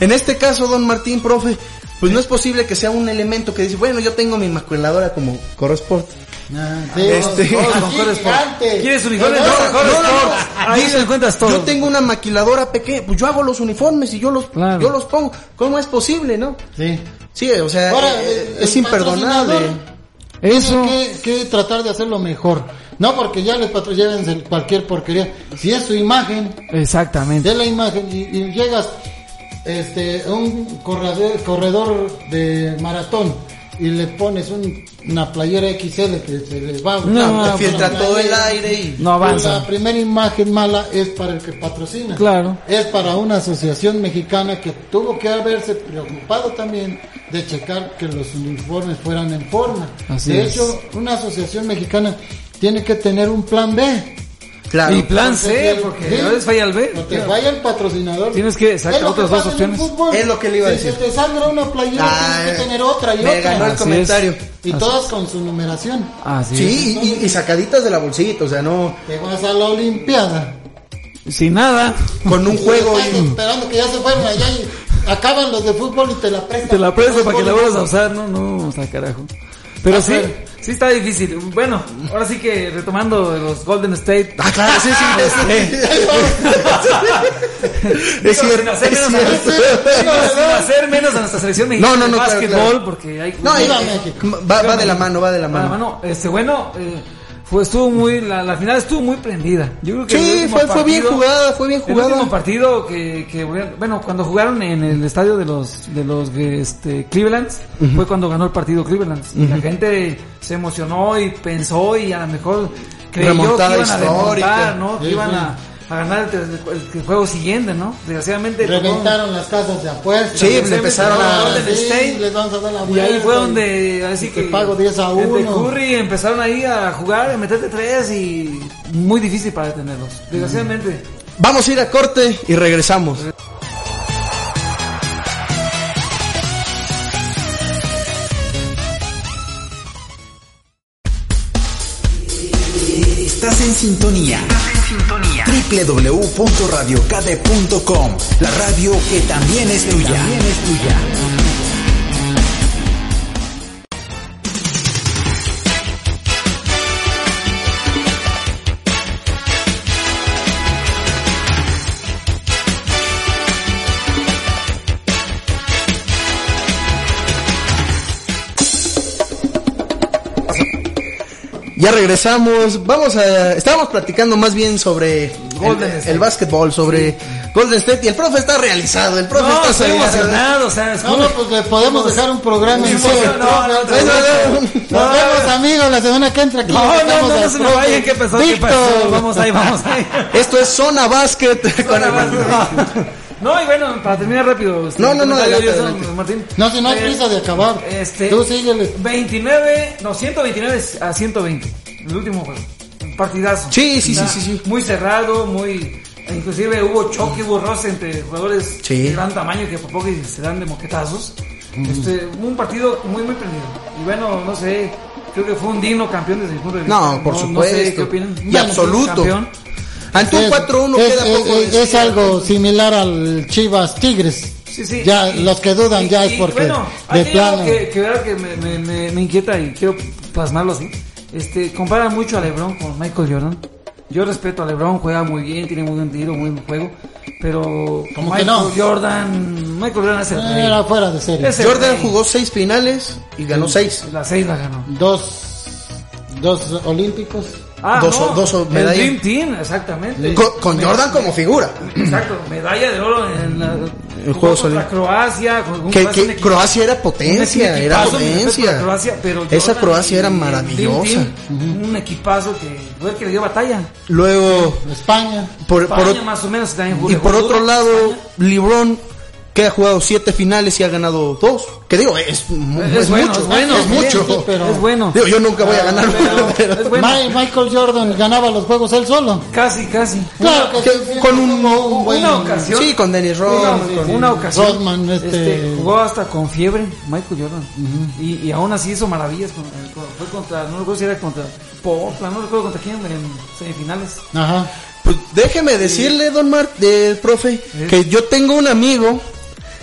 [SPEAKER 1] en este caso, don Martín, profe, pues no es posible que sea un elemento que dice, bueno, yo tengo mi maculadora como Corresport.
[SPEAKER 2] Ah,
[SPEAKER 1] Este-
[SPEAKER 2] todos
[SPEAKER 3] Todos con
[SPEAKER 2] aquí
[SPEAKER 3] Core Sport.
[SPEAKER 2] gigantes.
[SPEAKER 3] ¿Quieres uniformes?
[SPEAKER 2] No,
[SPEAKER 3] No,
[SPEAKER 2] no,
[SPEAKER 3] Core
[SPEAKER 1] no,
[SPEAKER 3] Sport.
[SPEAKER 1] no,
[SPEAKER 3] Ahí se encuentras todo.
[SPEAKER 1] Yo tengo una maquiladora pequeña, pues yo hago los uniformes y yo los,
[SPEAKER 3] Claro.
[SPEAKER 1] yo los pongo. ¿Cómo es posible, no?
[SPEAKER 2] Sí.
[SPEAKER 1] Sí, o sea,
[SPEAKER 2] Ahora,
[SPEAKER 1] eh,
[SPEAKER 2] el-
[SPEAKER 1] es
[SPEAKER 2] el
[SPEAKER 1] imperdonable.
[SPEAKER 2] patrocinador Tiene que, que tratar de hacerlo mejor. No porque ya les patro- llévense cualquier porquería. Si es su imagen,
[SPEAKER 3] Exactamente.
[SPEAKER 2] de la imagen y, y llegas este a un corredor, corredor de maratón y le pones un- una playera XL que se les va a
[SPEAKER 3] No, ah,
[SPEAKER 1] Te filtra
[SPEAKER 2] una
[SPEAKER 1] todo el
[SPEAKER 2] playera.
[SPEAKER 1] aire y...
[SPEAKER 3] No avanza.
[SPEAKER 2] La primera imagen mala es para el que patrocina.
[SPEAKER 3] Claro.
[SPEAKER 2] Es para una asociación mexicana que tuvo que haberse preocupado también de checar que los uniformes fueran en forma.
[SPEAKER 3] Así
[SPEAKER 2] de
[SPEAKER 3] es.
[SPEAKER 2] hecho, una asociación mexicana tiene que tener un plan B.
[SPEAKER 1] Claro.
[SPEAKER 3] Y plan C,
[SPEAKER 2] Sí,
[SPEAKER 3] porque
[SPEAKER 2] sí.
[SPEAKER 3] no les falla el B.
[SPEAKER 2] O te falla el patrocinador.
[SPEAKER 3] Tienes que sacar
[SPEAKER 2] Es lo que
[SPEAKER 3] otras dos
[SPEAKER 2] pasa en el
[SPEAKER 3] opciones.
[SPEAKER 2] fútbol.
[SPEAKER 1] Es lo que le iba a
[SPEAKER 2] Si
[SPEAKER 1] decir.
[SPEAKER 2] se te sangra una playera,
[SPEAKER 1] Ah,
[SPEAKER 2] tienes que tener otra y
[SPEAKER 1] me
[SPEAKER 2] otra.
[SPEAKER 1] ganó el
[SPEAKER 3] Así
[SPEAKER 1] comentario.
[SPEAKER 3] es.
[SPEAKER 2] Y todas con su numeración.
[SPEAKER 3] Así
[SPEAKER 1] Sí, y, y- y sacaditas de la bolsita, o sea, no
[SPEAKER 2] Te vas a la Olimpiada.
[SPEAKER 3] es. Sin nada.
[SPEAKER 1] con un juego
[SPEAKER 2] Estás
[SPEAKER 1] y-
[SPEAKER 2] esperando que ya se fueron allá y acaban los de fútbol y te la prestan.
[SPEAKER 3] Te la presto para que la
[SPEAKER 2] Fútbol.
[SPEAKER 3] vuelvas a usar, no, no, o sea, carajo. Pero sí, sí está difícil. Bueno, ahora sí que retomando los Golden State.
[SPEAKER 1] Ah, claro, sí, sí, sí. Es
[SPEAKER 3] Digo, sin
[SPEAKER 1] cierto,
[SPEAKER 3] hacer
[SPEAKER 1] es
[SPEAKER 3] menos
[SPEAKER 1] cierto.
[SPEAKER 3] a nuestra- digo, sin hacer menos a nuestra selección
[SPEAKER 1] No,
[SPEAKER 3] mexicana
[SPEAKER 1] no, no,
[SPEAKER 3] de
[SPEAKER 1] claro,
[SPEAKER 3] básquetbol,
[SPEAKER 1] claro.
[SPEAKER 3] porque hay
[SPEAKER 1] No, y-
[SPEAKER 2] Viva México.
[SPEAKER 1] va, va de la mano, va de la
[SPEAKER 3] Ah,
[SPEAKER 1] mano.
[SPEAKER 3] mano, este bueno, eh, fue estuvo muy la, la final estuvo muy prendida. Yo creo que el
[SPEAKER 1] Sí,
[SPEAKER 3] último
[SPEAKER 1] fue- fue bien jugada, fue bien jugada.
[SPEAKER 3] El último partido que, que bueno, cuando jugaron en el estadio de los de los este Clevelands, fue cuando ganó el partido Cleveland. Y la gente se emocionó y pensó y a lo mejor creyó
[SPEAKER 1] Remontada
[SPEAKER 3] que iban a
[SPEAKER 1] histórica.
[SPEAKER 3] remontar, ¿no? Que
[SPEAKER 2] Sí,
[SPEAKER 3] iban
[SPEAKER 2] sí.
[SPEAKER 3] a, a ganar el, el juego siguiente, ¿no? Desgraciadamente tocó-
[SPEAKER 2] Reventaron las casas de apuestas.
[SPEAKER 1] Sí,
[SPEAKER 2] Los
[SPEAKER 1] le empezaron a-
[SPEAKER 2] Golden
[SPEAKER 3] Sí,
[SPEAKER 2] State, les vamos a dar la
[SPEAKER 3] Y ahí
[SPEAKER 2] vuelta
[SPEAKER 3] fue
[SPEAKER 2] y-
[SPEAKER 3] donde, así
[SPEAKER 2] te
[SPEAKER 3] que.
[SPEAKER 2] pago 10 a
[SPEAKER 3] el de
[SPEAKER 2] 1.
[SPEAKER 3] Curry empezaron ahí a jugar, a meterte tres y. Muy difícil para detenerlos. Desgraciadamente.
[SPEAKER 1] Vamos a ir a corte y regresamos.
[SPEAKER 4] Estás en sintonía. www.radiocade.com La radio que también es tuya.
[SPEAKER 1] Ya regresamos. Vamos a. Estábamos platicando más bien sobre
[SPEAKER 3] Golden
[SPEAKER 1] el,
[SPEAKER 3] State.
[SPEAKER 1] el básquetbol, sobre Golden State. Y el profe está realizado. El profe
[SPEAKER 3] No,
[SPEAKER 1] está
[SPEAKER 3] estoy
[SPEAKER 1] soñado.
[SPEAKER 3] emocionado, o sea, es
[SPEAKER 2] No,
[SPEAKER 3] como-
[SPEAKER 2] no, pues le podemos dejar un programa
[SPEAKER 3] Sí,
[SPEAKER 2] en
[SPEAKER 3] sí,
[SPEAKER 2] serio.
[SPEAKER 3] no, no, no,
[SPEAKER 1] Bueno, no,
[SPEAKER 2] Nos vemos amigos la semana que entra aquí.
[SPEAKER 3] No, no, no,
[SPEAKER 2] invitamos
[SPEAKER 3] no,
[SPEAKER 2] al
[SPEAKER 3] se me
[SPEAKER 2] profe
[SPEAKER 3] vayan, ¿qué pasó? ¿Qué
[SPEAKER 2] Víctor.
[SPEAKER 3] pasó? Vamos ahí, vamos ahí.
[SPEAKER 1] Esto es Zona Básquet. con el-
[SPEAKER 3] No, y bueno, para terminar rápido. este,
[SPEAKER 1] No, no, no,
[SPEAKER 3] comentario,
[SPEAKER 1] adelante,
[SPEAKER 3] yo soy
[SPEAKER 1] adelante.
[SPEAKER 3] Martín.
[SPEAKER 2] No, si no hay
[SPEAKER 3] Eh,
[SPEAKER 2] prisa de acabar.
[SPEAKER 3] Este,
[SPEAKER 2] Tú síguele.
[SPEAKER 3] 29, no, 129 a 120. El último juego. Un Partidazo.
[SPEAKER 1] Sí, sí,
[SPEAKER 3] Está
[SPEAKER 1] sí, sí, sí.
[SPEAKER 3] Muy cerrado, muy. Inclusive hubo choque, hubo roce entre jugadores
[SPEAKER 1] Sí.
[SPEAKER 3] de gran tamaño que por poco y se dan de moquetazos. Este, un partido muy, muy prendido. Y bueno, no sé, creo que fue un digno campeón desde mi punto de vista.
[SPEAKER 1] No, por
[SPEAKER 3] No sé
[SPEAKER 1] supuesto.
[SPEAKER 3] qué opinan.
[SPEAKER 1] Y
[SPEAKER 3] Un digno
[SPEAKER 1] absoluto.
[SPEAKER 3] campeón.
[SPEAKER 1] Ante un
[SPEAKER 2] Es-
[SPEAKER 1] 4-1
[SPEAKER 2] es-
[SPEAKER 1] queda
[SPEAKER 2] es-
[SPEAKER 1] poco.
[SPEAKER 2] es,
[SPEAKER 1] de-
[SPEAKER 2] es algo similar al Chivas Tigres.
[SPEAKER 3] Sí, sí.
[SPEAKER 2] Ya,
[SPEAKER 3] Y-
[SPEAKER 2] los que dudan
[SPEAKER 3] y-
[SPEAKER 2] ya es
[SPEAKER 3] y
[SPEAKER 2] porque
[SPEAKER 3] bueno,
[SPEAKER 2] de
[SPEAKER 3] hay algo
[SPEAKER 2] plano.
[SPEAKER 3] que, que, verdad que me, me- me- me inquieta y quiero plasmarlo así. Este, compara mucho a LeBron con Michael Jordan. Yo respeto a LeBron, juega muy bien, tiene muy buen tiro, muy buen juego, pero
[SPEAKER 2] Como que
[SPEAKER 3] Michael
[SPEAKER 2] no.
[SPEAKER 3] Jordan, Michael Jordan es el rey.
[SPEAKER 2] Era fuera de serie.
[SPEAKER 3] Es el
[SPEAKER 1] Jordan
[SPEAKER 3] rey.
[SPEAKER 1] jugó seis finales y ganó seis.
[SPEAKER 3] La seis la ganó.
[SPEAKER 2] Dos, dos olímpicos.
[SPEAKER 3] Ah,
[SPEAKER 1] Dos-
[SPEAKER 3] no,
[SPEAKER 1] dos
[SPEAKER 3] el
[SPEAKER 1] medallas.
[SPEAKER 3] Dream Team, exactamente.
[SPEAKER 1] Con, con Jordan como figura.
[SPEAKER 3] Exacto, medalla de oro en la,
[SPEAKER 1] En
[SPEAKER 3] jugó
[SPEAKER 1] Juegos
[SPEAKER 3] contra
[SPEAKER 1] Olímpicos.
[SPEAKER 3] Croacia, jugó contra
[SPEAKER 1] Que,
[SPEAKER 3] Croacia, un
[SPEAKER 1] que
[SPEAKER 3] equipo-
[SPEAKER 1] Croacia era
[SPEAKER 3] Un
[SPEAKER 1] potencia, era
[SPEAKER 3] equipazo, mi respeto para
[SPEAKER 1] potencia.
[SPEAKER 3] Croacia, pero
[SPEAKER 1] Esa
[SPEAKER 3] Jordan
[SPEAKER 1] Croacia
[SPEAKER 3] y-
[SPEAKER 1] era
[SPEAKER 3] y el Dream
[SPEAKER 1] maravillosa.
[SPEAKER 3] Team, Un equipazo que fue el que le dio batalla.
[SPEAKER 1] Luego,
[SPEAKER 2] España.
[SPEAKER 1] por, por
[SPEAKER 3] España
[SPEAKER 1] ot-
[SPEAKER 3] más o menos también jugó-
[SPEAKER 1] y por
[SPEAKER 3] jugó
[SPEAKER 1] otro
[SPEAKER 3] duro.
[SPEAKER 1] lado, LeBron, que ha jugado siete finales y ha ganado dos. Que digo, es, mu-
[SPEAKER 3] Es
[SPEAKER 1] es
[SPEAKER 3] bueno,
[SPEAKER 1] pues mucho.
[SPEAKER 3] es bueno,
[SPEAKER 1] es mucho.
[SPEAKER 2] sí, pero-
[SPEAKER 3] es bueno.
[SPEAKER 1] Digo, yo nunca voy
[SPEAKER 3] Ah,
[SPEAKER 1] a ganar uno, pero-
[SPEAKER 3] es bueno.
[SPEAKER 2] Ma- Michael Jordan ganaba los juegos él solo.
[SPEAKER 3] Casi, casi.
[SPEAKER 2] Claro que,
[SPEAKER 1] que
[SPEAKER 2] sí, sí,
[SPEAKER 1] con un-
[SPEAKER 2] tuvo buen-
[SPEAKER 3] Una ocasión.
[SPEAKER 1] Sí, con Dennis Rodman.
[SPEAKER 3] Una,
[SPEAKER 1] con-
[SPEAKER 3] una ocasión.
[SPEAKER 2] Rodman, este-
[SPEAKER 3] jugó hasta con fiebre, Michael Jordan. y, y aún así hizo maravillas. con- eh, con- fue contra, no recuerdo si era contra Portland, no recuerdo contra quién en semifinales.
[SPEAKER 2] Ajá.
[SPEAKER 1] Pues déjeme decirle, don Mar, eh, profe, que yo tengo un amigo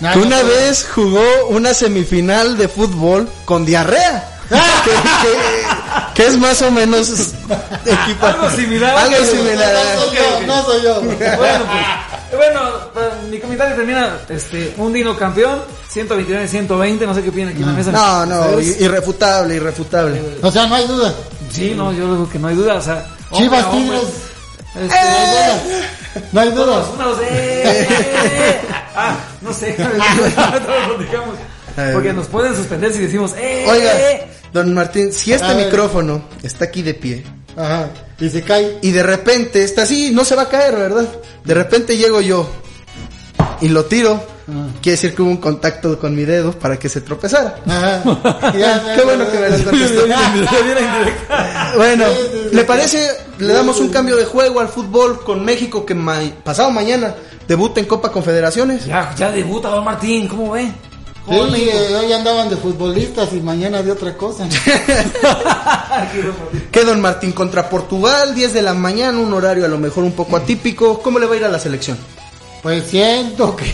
[SPEAKER 2] Ah,
[SPEAKER 1] que
[SPEAKER 2] no,
[SPEAKER 1] una
[SPEAKER 2] no.
[SPEAKER 1] vez jugó una semifinal de fútbol con diarrea. que, que- que es más o menos equipa-
[SPEAKER 3] Algo similar.
[SPEAKER 1] Algo
[SPEAKER 3] Pero-
[SPEAKER 1] similar.
[SPEAKER 2] No soy yo, no soy yo.
[SPEAKER 3] Bueno, pues, bueno, pues, mi comentario termina este, un Dino campeón, 129, 120, no sé qué opinan aquí en la mesa.
[SPEAKER 1] No, no,
[SPEAKER 3] ¿Ustedes?
[SPEAKER 1] i- irrefutable, irrefutable.
[SPEAKER 2] O sea, no hay duda.
[SPEAKER 3] Sí, no, yo creo que no hay duda, o sea...
[SPEAKER 2] Chivas,
[SPEAKER 3] hombre, hombre,
[SPEAKER 2] Tigres. ¡Eh!
[SPEAKER 3] este,
[SPEAKER 2] No hay
[SPEAKER 3] Todos,
[SPEAKER 2] duda.
[SPEAKER 3] unos, eh, ah, no sé, todos lo digamos, porque nos pueden suspender si decimos, eh,
[SPEAKER 1] Oiga,
[SPEAKER 3] eh.
[SPEAKER 1] don Martín, si este
[SPEAKER 2] A ver.
[SPEAKER 1] micrófono está aquí de pie
[SPEAKER 2] Ajá. Y se cae.
[SPEAKER 1] y de repente está así, no se va a caer, ¿verdad? De repente llego yo y lo tiro,
[SPEAKER 3] Ah.
[SPEAKER 1] quiere decir que hubo un contacto con mi dedo para que se tropezara.
[SPEAKER 2] Ajá.
[SPEAKER 3] Ah,
[SPEAKER 1] Qué bueno que me lo contestó.
[SPEAKER 3] Yo vi la indirecta.
[SPEAKER 1] Bueno, ¿le parece le damos un cambio de juego al fútbol con México que ma- pasado mañana debuta en Copa Confederaciones.
[SPEAKER 3] Ya, ya debuta Don Martín, ¿cómo ve?
[SPEAKER 2] Sí,
[SPEAKER 3] ¿Cómo ve, México?
[SPEAKER 2] eh, hoy andaban de futbolistas y mañana de otra cosa.
[SPEAKER 1] Que Don Martín contra Portugal, 10 de la mañana, un horario a lo mejor un poco atípico. ¿Cómo le va a ir a la selección?
[SPEAKER 2] Pues siento que.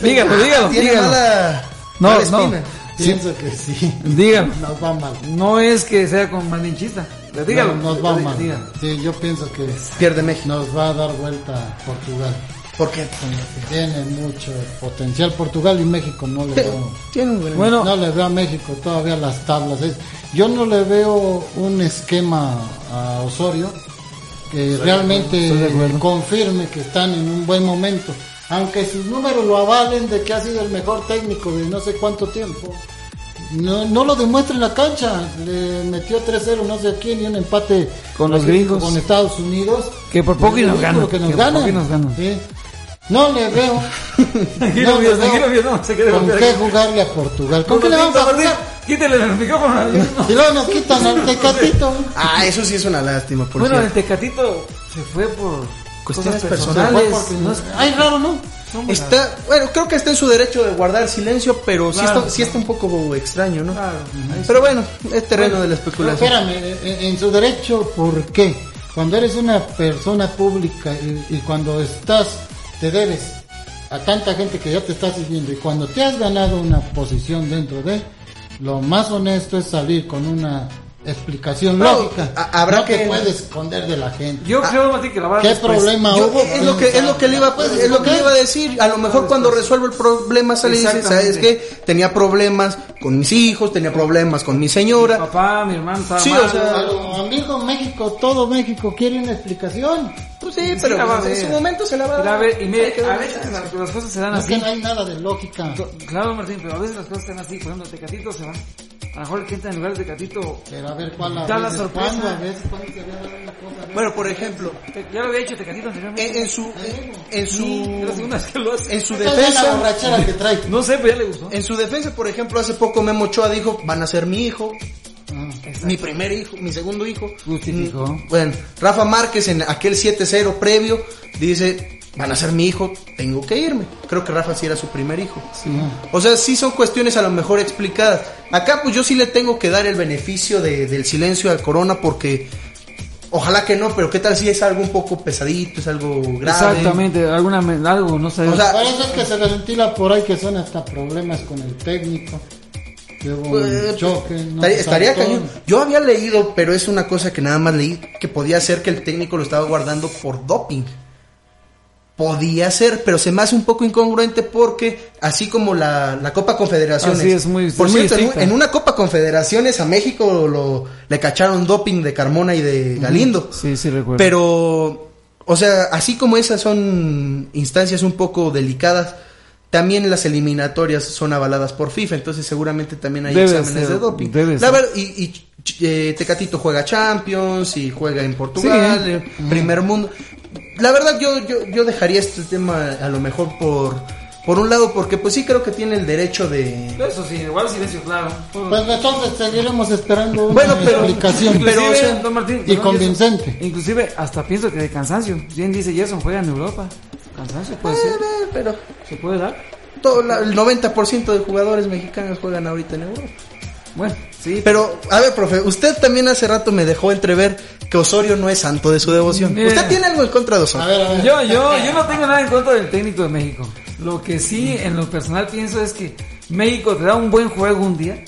[SPEAKER 3] Dígalo, dígalo,
[SPEAKER 1] Tiene
[SPEAKER 3] dígalo.
[SPEAKER 1] mala,
[SPEAKER 3] No,
[SPEAKER 1] mala
[SPEAKER 3] no.
[SPEAKER 1] espina.
[SPEAKER 2] Pienso que sí.
[SPEAKER 3] Dígalo.
[SPEAKER 2] Nos va mal.
[SPEAKER 3] No es que sea con malinchista. pero Dígalo.
[SPEAKER 2] No, nos va
[SPEAKER 3] Dí-
[SPEAKER 2] mal.
[SPEAKER 3] dígalo.
[SPEAKER 2] Sí, yo pienso que
[SPEAKER 1] Pierde México.
[SPEAKER 2] nos va a dar vuelta Portugal.
[SPEAKER 1] Porque
[SPEAKER 2] Tiene mucho potencial Portugal y México no le veo.
[SPEAKER 1] tiene un buen-
[SPEAKER 3] Bueno,
[SPEAKER 2] No le veo a México todavía las tablas. Es- Yo no le veo un esquema a Osorio que realmente confirme que están en un buen momento. Aunque sus números lo avalen de que ha sido el mejor técnico de no sé cuánto tiempo, no, no lo demuestra en la cancha. Le metió 3-0 no sé a quién y un empate
[SPEAKER 3] Con los gringos.
[SPEAKER 2] con Estados Unidos.
[SPEAKER 3] Que por poco y nos
[SPEAKER 2] Ridículo
[SPEAKER 3] ganan,
[SPEAKER 2] Que nos
[SPEAKER 3] que por
[SPEAKER 2] ganan.
[SPEAKER 3] poco y nos ganan.
[SPEAKER 2] Sí. No le veo.
[SPEAKER 3] Tranquilo,
[SPEAKER 2] no,
[SPEAKER 3] Dios,
[SPEAKER 2] no.
[SPEAKER 3] tranquilo, Dios, no se quiere
[SPEAKER 2] ¿Con
[SPEAKER 3] golpear
[SPEAKER 2] qué
[SPEAKER 3] aquí.
[SPEAKER 2] jugarle a Portugal? ¿Con qué le
[SPEAKER 3] Don
[SPEAKER 2] vamos a
[SPEAKER 3] Martín,
[SPEAKER 2] jugar?
[SPEAKER 3] Quítele el micrófono a Dios.
[SPEAKER 2] Si luego nos quitan al tecatito.
[SPEAKER 1] Ah, eso sí es una lástima. Por
[SPEAKER 3] Bueno, el
[SPEAKER 1] cierto.
[SPEAKER 3] Tecatito se fue por
[SPEAKER 1] Cuestiones
[SPEAKER 3] cosas personales.
[SPEAKER 2] porque
[SPEAKER 3] no es-
[SPEAKER 2] Ay, raro, ¿no?
[SPEAKER 1] Está, bueno, creo que está en su derecho de guardar silencio, pero sí,
[SPEAKER 3] Claro.
[SPEAKER 1] está, sí está un poco extraño, ¿no?
[SPEAKER 3] Claro.
[SPEAKER 1] Pero bueno, es terreno de la
[SPEAKER 2] Pero
[SPEAKER 1] especulación.
[SPEAKER 2] espérame, eh, en su derecho, ¿por qué? Cuando eres una persona pública y, y cuando estás, te debes a tanta gente que ya te está siguiendo y cuando te has ganado una posición dentro de, lo más honesto es salir con una explicación
[SPEAKER 1] No,
[SPEAKER 2] lógica.
[SPEAKER 1] a- habrá
[SPEAKER 2] no te
[SPEAKER 1] que- pues,
[SPEAKER 2] puedes esconder de la gente.
[SPEAKER 3] Yo creo, Martín, que la va a
[SPEAKER 2] ¿Qué
[SPEAKER 3] después.
[SPEAKER 2] problema
[SPEAKER 1] Yo- eh,
[SPEAKER 2] hubo?
[SPEAKER 1] es lo que es lo que le iba es lo que le iba a decir a lo mejor cuando resuelvo el problema sale y dice sabes qué tenía problemas con mis hijos tenía problemas con mi
[SPEAKER 3] Mi
[SPEAKER 1] señora
[SPEAKER 3] papá, mi hermano estaba
[SPEAKER 1] Sí,
[SPEAKER 3] mal.
[SPEAKER 1] o sea,
[SPEAKER 2] Algo, Amigo México, todo México quiere una explicación.
[SPEAKER 1] pues sí
[SPEAKER 3] Sí
[SPEAKER 1] pero
[SPEAKER 3] la va a
[SPEAKER 1] pues, en
[SPEAKER 3] ver.
[SPEAKER 1] su momento se la va a
[SPEAKER 3] Y la
[SPEAKER 1] dar
[SPEAKER 3] ve- y mire,
[SPEAKER 1] Se la quedó
[SPEAKER 3] a
[SPEAKER 1] en
[SPEAKER 3] veces
[SPEAKER 1] la-
[SPEAKER 3] las, las cosas se dan
[SPEAKER 2] Es que
[SPEAKER 3] así.
[SPEAKER 2] no hay nada de lógica.
[SPEAKER 3] Claro, Martín, pero a veces las cosas se dan así. Por ejemplo, Tecatito se va. A lo mejor el que entra en lugar de Tecatito.
[SPEAKER 2] Pero a ver cuál a
[SPEAKER 3] Da la
[SPEAKER 2] veces,
[SPEAKER 3] sorpresa.
[SPEAKER 2] cuándo, a veces, cuándo se va a dar una cosa.
[SPEAKER 1] bueno por ejemplo
[SPEAKER 3] Te- Ya lo había hecho Tecatito anteriormente.
[SPEAKER 1] en, en su en, en
[SPEAKER 3] Sí, es la
[SPEAKER 1] su
[SPEAKER 3] segunda vez que lo hace.
[SPEAKER 1] Eh, en su
[SPEAKER 2] Esta es la
[SPEAKER 1] defensa
[SPEAKER 2] borrachera que trae.
[SPEAKER 3] No sé, pero ya le gustó.
[SPEAKER 1] en su defensa por ejemplo hace poco Memo Ochoa dijo van a ser mi hijo
[SPEAKER 3] Ah, Exacto.
[SPEAKER 1] mi primer hijo, mi segundo hijo.
[SPEAKER 3] Justificó.
[SPEAKER 1] Mm, Bueno, Rafa Márquez en aquel 7-0 previo dice, van a ser mi hijo, tengo que irme. Creo que Rafa sí era su primer hijo. O sea, sí son cuestiones a lo mejor explicadas. Acá pues yo sí le tengo que dar el beneficio de- del silencio a Corona porque ojalá que no, pero qué tal si es algo un poco pesadito, es algo grave.
[SPEAKER 3] Exactamente, alguna, me- algo, no sé.
[SPEAKER 1] O sea,
[SPEAKER 2] Por eso es que se les ventila por ahí que son hasta problemas con el técnico. Que hubo
[SPEAKER 1] Pues,
[SPEAKER 2] un choque. no
[SPEAKER 1] estaría, estaría
[SPEAKER 2] saltó.
[SPEAKER 1] cañón. Yo había leído, pero es una cosa que nada más leí, que podía ser que el técnico lo estaba guardando por doping. Podía ser, pero se me hace un poco incongruente porque así como la, la Copa Confederaciones.
[SPEAKER 3] Así es, muy-
[SPEAKER 1] por
[SPEAKER 3] muy
[SPEAKER 1] cierto, en, un-
[SPEAKER 3] estricta.
[SPEAKER 1] en una Copa Confederaciones a México lo, le cacharon doping de Carmona y de Galindo.
[SPEAKER 3] Sí, sí, recuerdo.
[SPEAKER 1] Pero, o sea, así como esas son instancias un poco delicadas, también las eliminatorias son avaladas por FIFA, entonces seguramente también hay
[SPEAKER 3] Debe
[SPEAKER 1] exámenes
[SPEAKER 3] ser,
[SPEAKER 1] de doping.
[SPEAKER 3] debe
[SPEAKER 1] La
[SPEAKER 3] ser.
[SPEAKER 1] ver- y, y Ch- eh, Tecatito juega Champions y juega en Portugal,
[SPEAKER 3] Sí.
[SPEAKER 1] eh, primer mundo. La verdad yo, yo, yo dejaría este tema a lo mejor por, por un lado, porque pues sí creo que tiene el derecho de...
[SPEAKER 3] Eso sí, igual silencio, claro.
[SPEAKER 2] Pues entonces seguiremos esperando una
[SPEAKER 1] Bueno, pero-
[SPEAKER 2] explicación.
[SPEAKER 1] pero, o sea,
[SPEAKER 3] Don Martín,
[SPEAKER 2] y
[SPEAKER 3] perdón,
[SPEAKER 2] convincente.
[SPEAKER 3] Gerson, Inclusive, hasta pienso que de cansancio. Bien dice Gerson, juega en Europa. Cansancio puede ser,
[SPEAKER 1] Eh, Pero
[SPEAKER 3] se puede dar.
[SPEAKER 1] todo la- el 90% de jugadores mexicanos juegan ahorita en Europa.
[SPEAKER 3] Bueno, sí.
[SPEAKER 1] Pero, a ver, profe, usted también hace rato me dejó entrever que Osorio no es santo de su devoción.
[SPEAKER 3] Mira.
[SPEAKER 1] ¿Usted tiene algo en contra de
[SPEAKER 2] A
[SPEAKER 1] Osorio?
[SPEAKER 2] ver, a ver.
[SPEAKER 3] Yo, yo, yo no tengo nada en contra del técnico de México. Lo que sí, en lo personal, pienso es que México te da un buen juego un día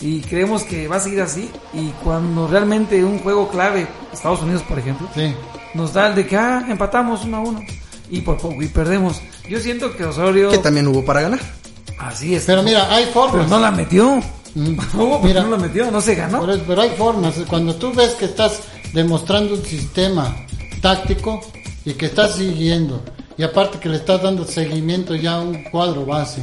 [SPEAKER 3] y creemos que va a seguir así. Y cuando realmente un juego clave, Estados Unidos, por ejemplo,
[SPEAKER 2] Sí.
[SPEAKER 3] nos da el de que ah, empatamos uno a uno y por poco y perdemos. Yo siento que Osorio.
[SPEAKER 1] Que también hubo para ganar.
[SPEAKER 3] Así es.
[SPEAKER 2] Pero mira, hay
[SPEAKER 3] Pero
[SPEAKER 2] formas.
[SPEAKER 3] no la metió.
[SPEAKER 2] Mm.
[SPEAKER 3] No,
[SPEAKER 1] Pues
[SPEAKER 2] Mira.
[SPEAKER 3] no la metió, no se ganó.
[SPEAKER 2] Pero, pero hay formas. Cuando tú ves que estás demostrando un sistema táctico y que estás siguiendo, y aparte que le estás dando seguimiento ya a un cuadro base,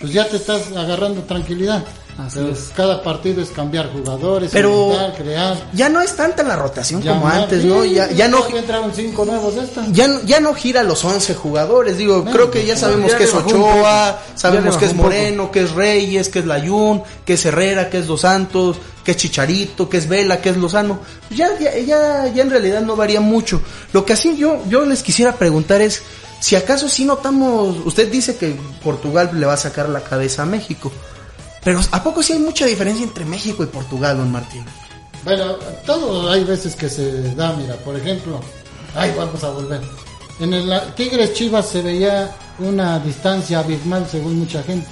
[SPEAKER 2] pues ya te estás agarrando tranquilidad.
[SPEAKER 3] Así
[SPEAKER 2] Pero
[SPEAKER 3] es.
[SPEAKER 2] Cada partido es cambiar jugadores,
[SPEAKER 1] Pero-
[SPEAKER 2] inventar, crear.
[SPEAKER 1] Ya no es tanta la rotación como
[SPEAKER 2] llamar.
[SPEAKER 1] antes, ¿no?
[SPEAKER 2] Sí,
[SPEAKER 1] Ya, ya no,
[SPEAKER 2] entraron cinco nuevos de esta.
[SPEAKER 1] ya, no- ya no gira los 11 jugadores. Digo, creo que ya sabemos
[SPEAKER 3] ya
[SPEAKER 1] que
[SPEAKER 3] le
[SPEAKER 1] es
[SPEAKER 3] bajó un poco.
[SPEAKER 1] Ochoa,
[SPEAKER 3] Ya le
[SPEAKER 1] sabemos
[SPEAKER 3] bajó
[SPEAKER 1] que es
[SPEAKER 3] un poco.
[SPEAKER 1] Moreno, que es Reyes, que es Layún, que es Herrera, que es Dos Santos, que es Chicharito, que es Vela, que es Lozano. Ya, ya, ya, ya en realidad no varía mucho. Lo que así yo, yo les quisiera preguntar es si acaso sí notamos, usted dice que Portugal le va a sacar la cabeza a México. Pero ¿a poco sí hay mucha diferencia entre México y Portugal, don Martín?
[SPEAKER 2] Bueno, todo hay veces que se da, mira, por ejemplo, ay, vamos a volver. En el la- Tigres Chivas se veía una distancia abismal según mucha gente.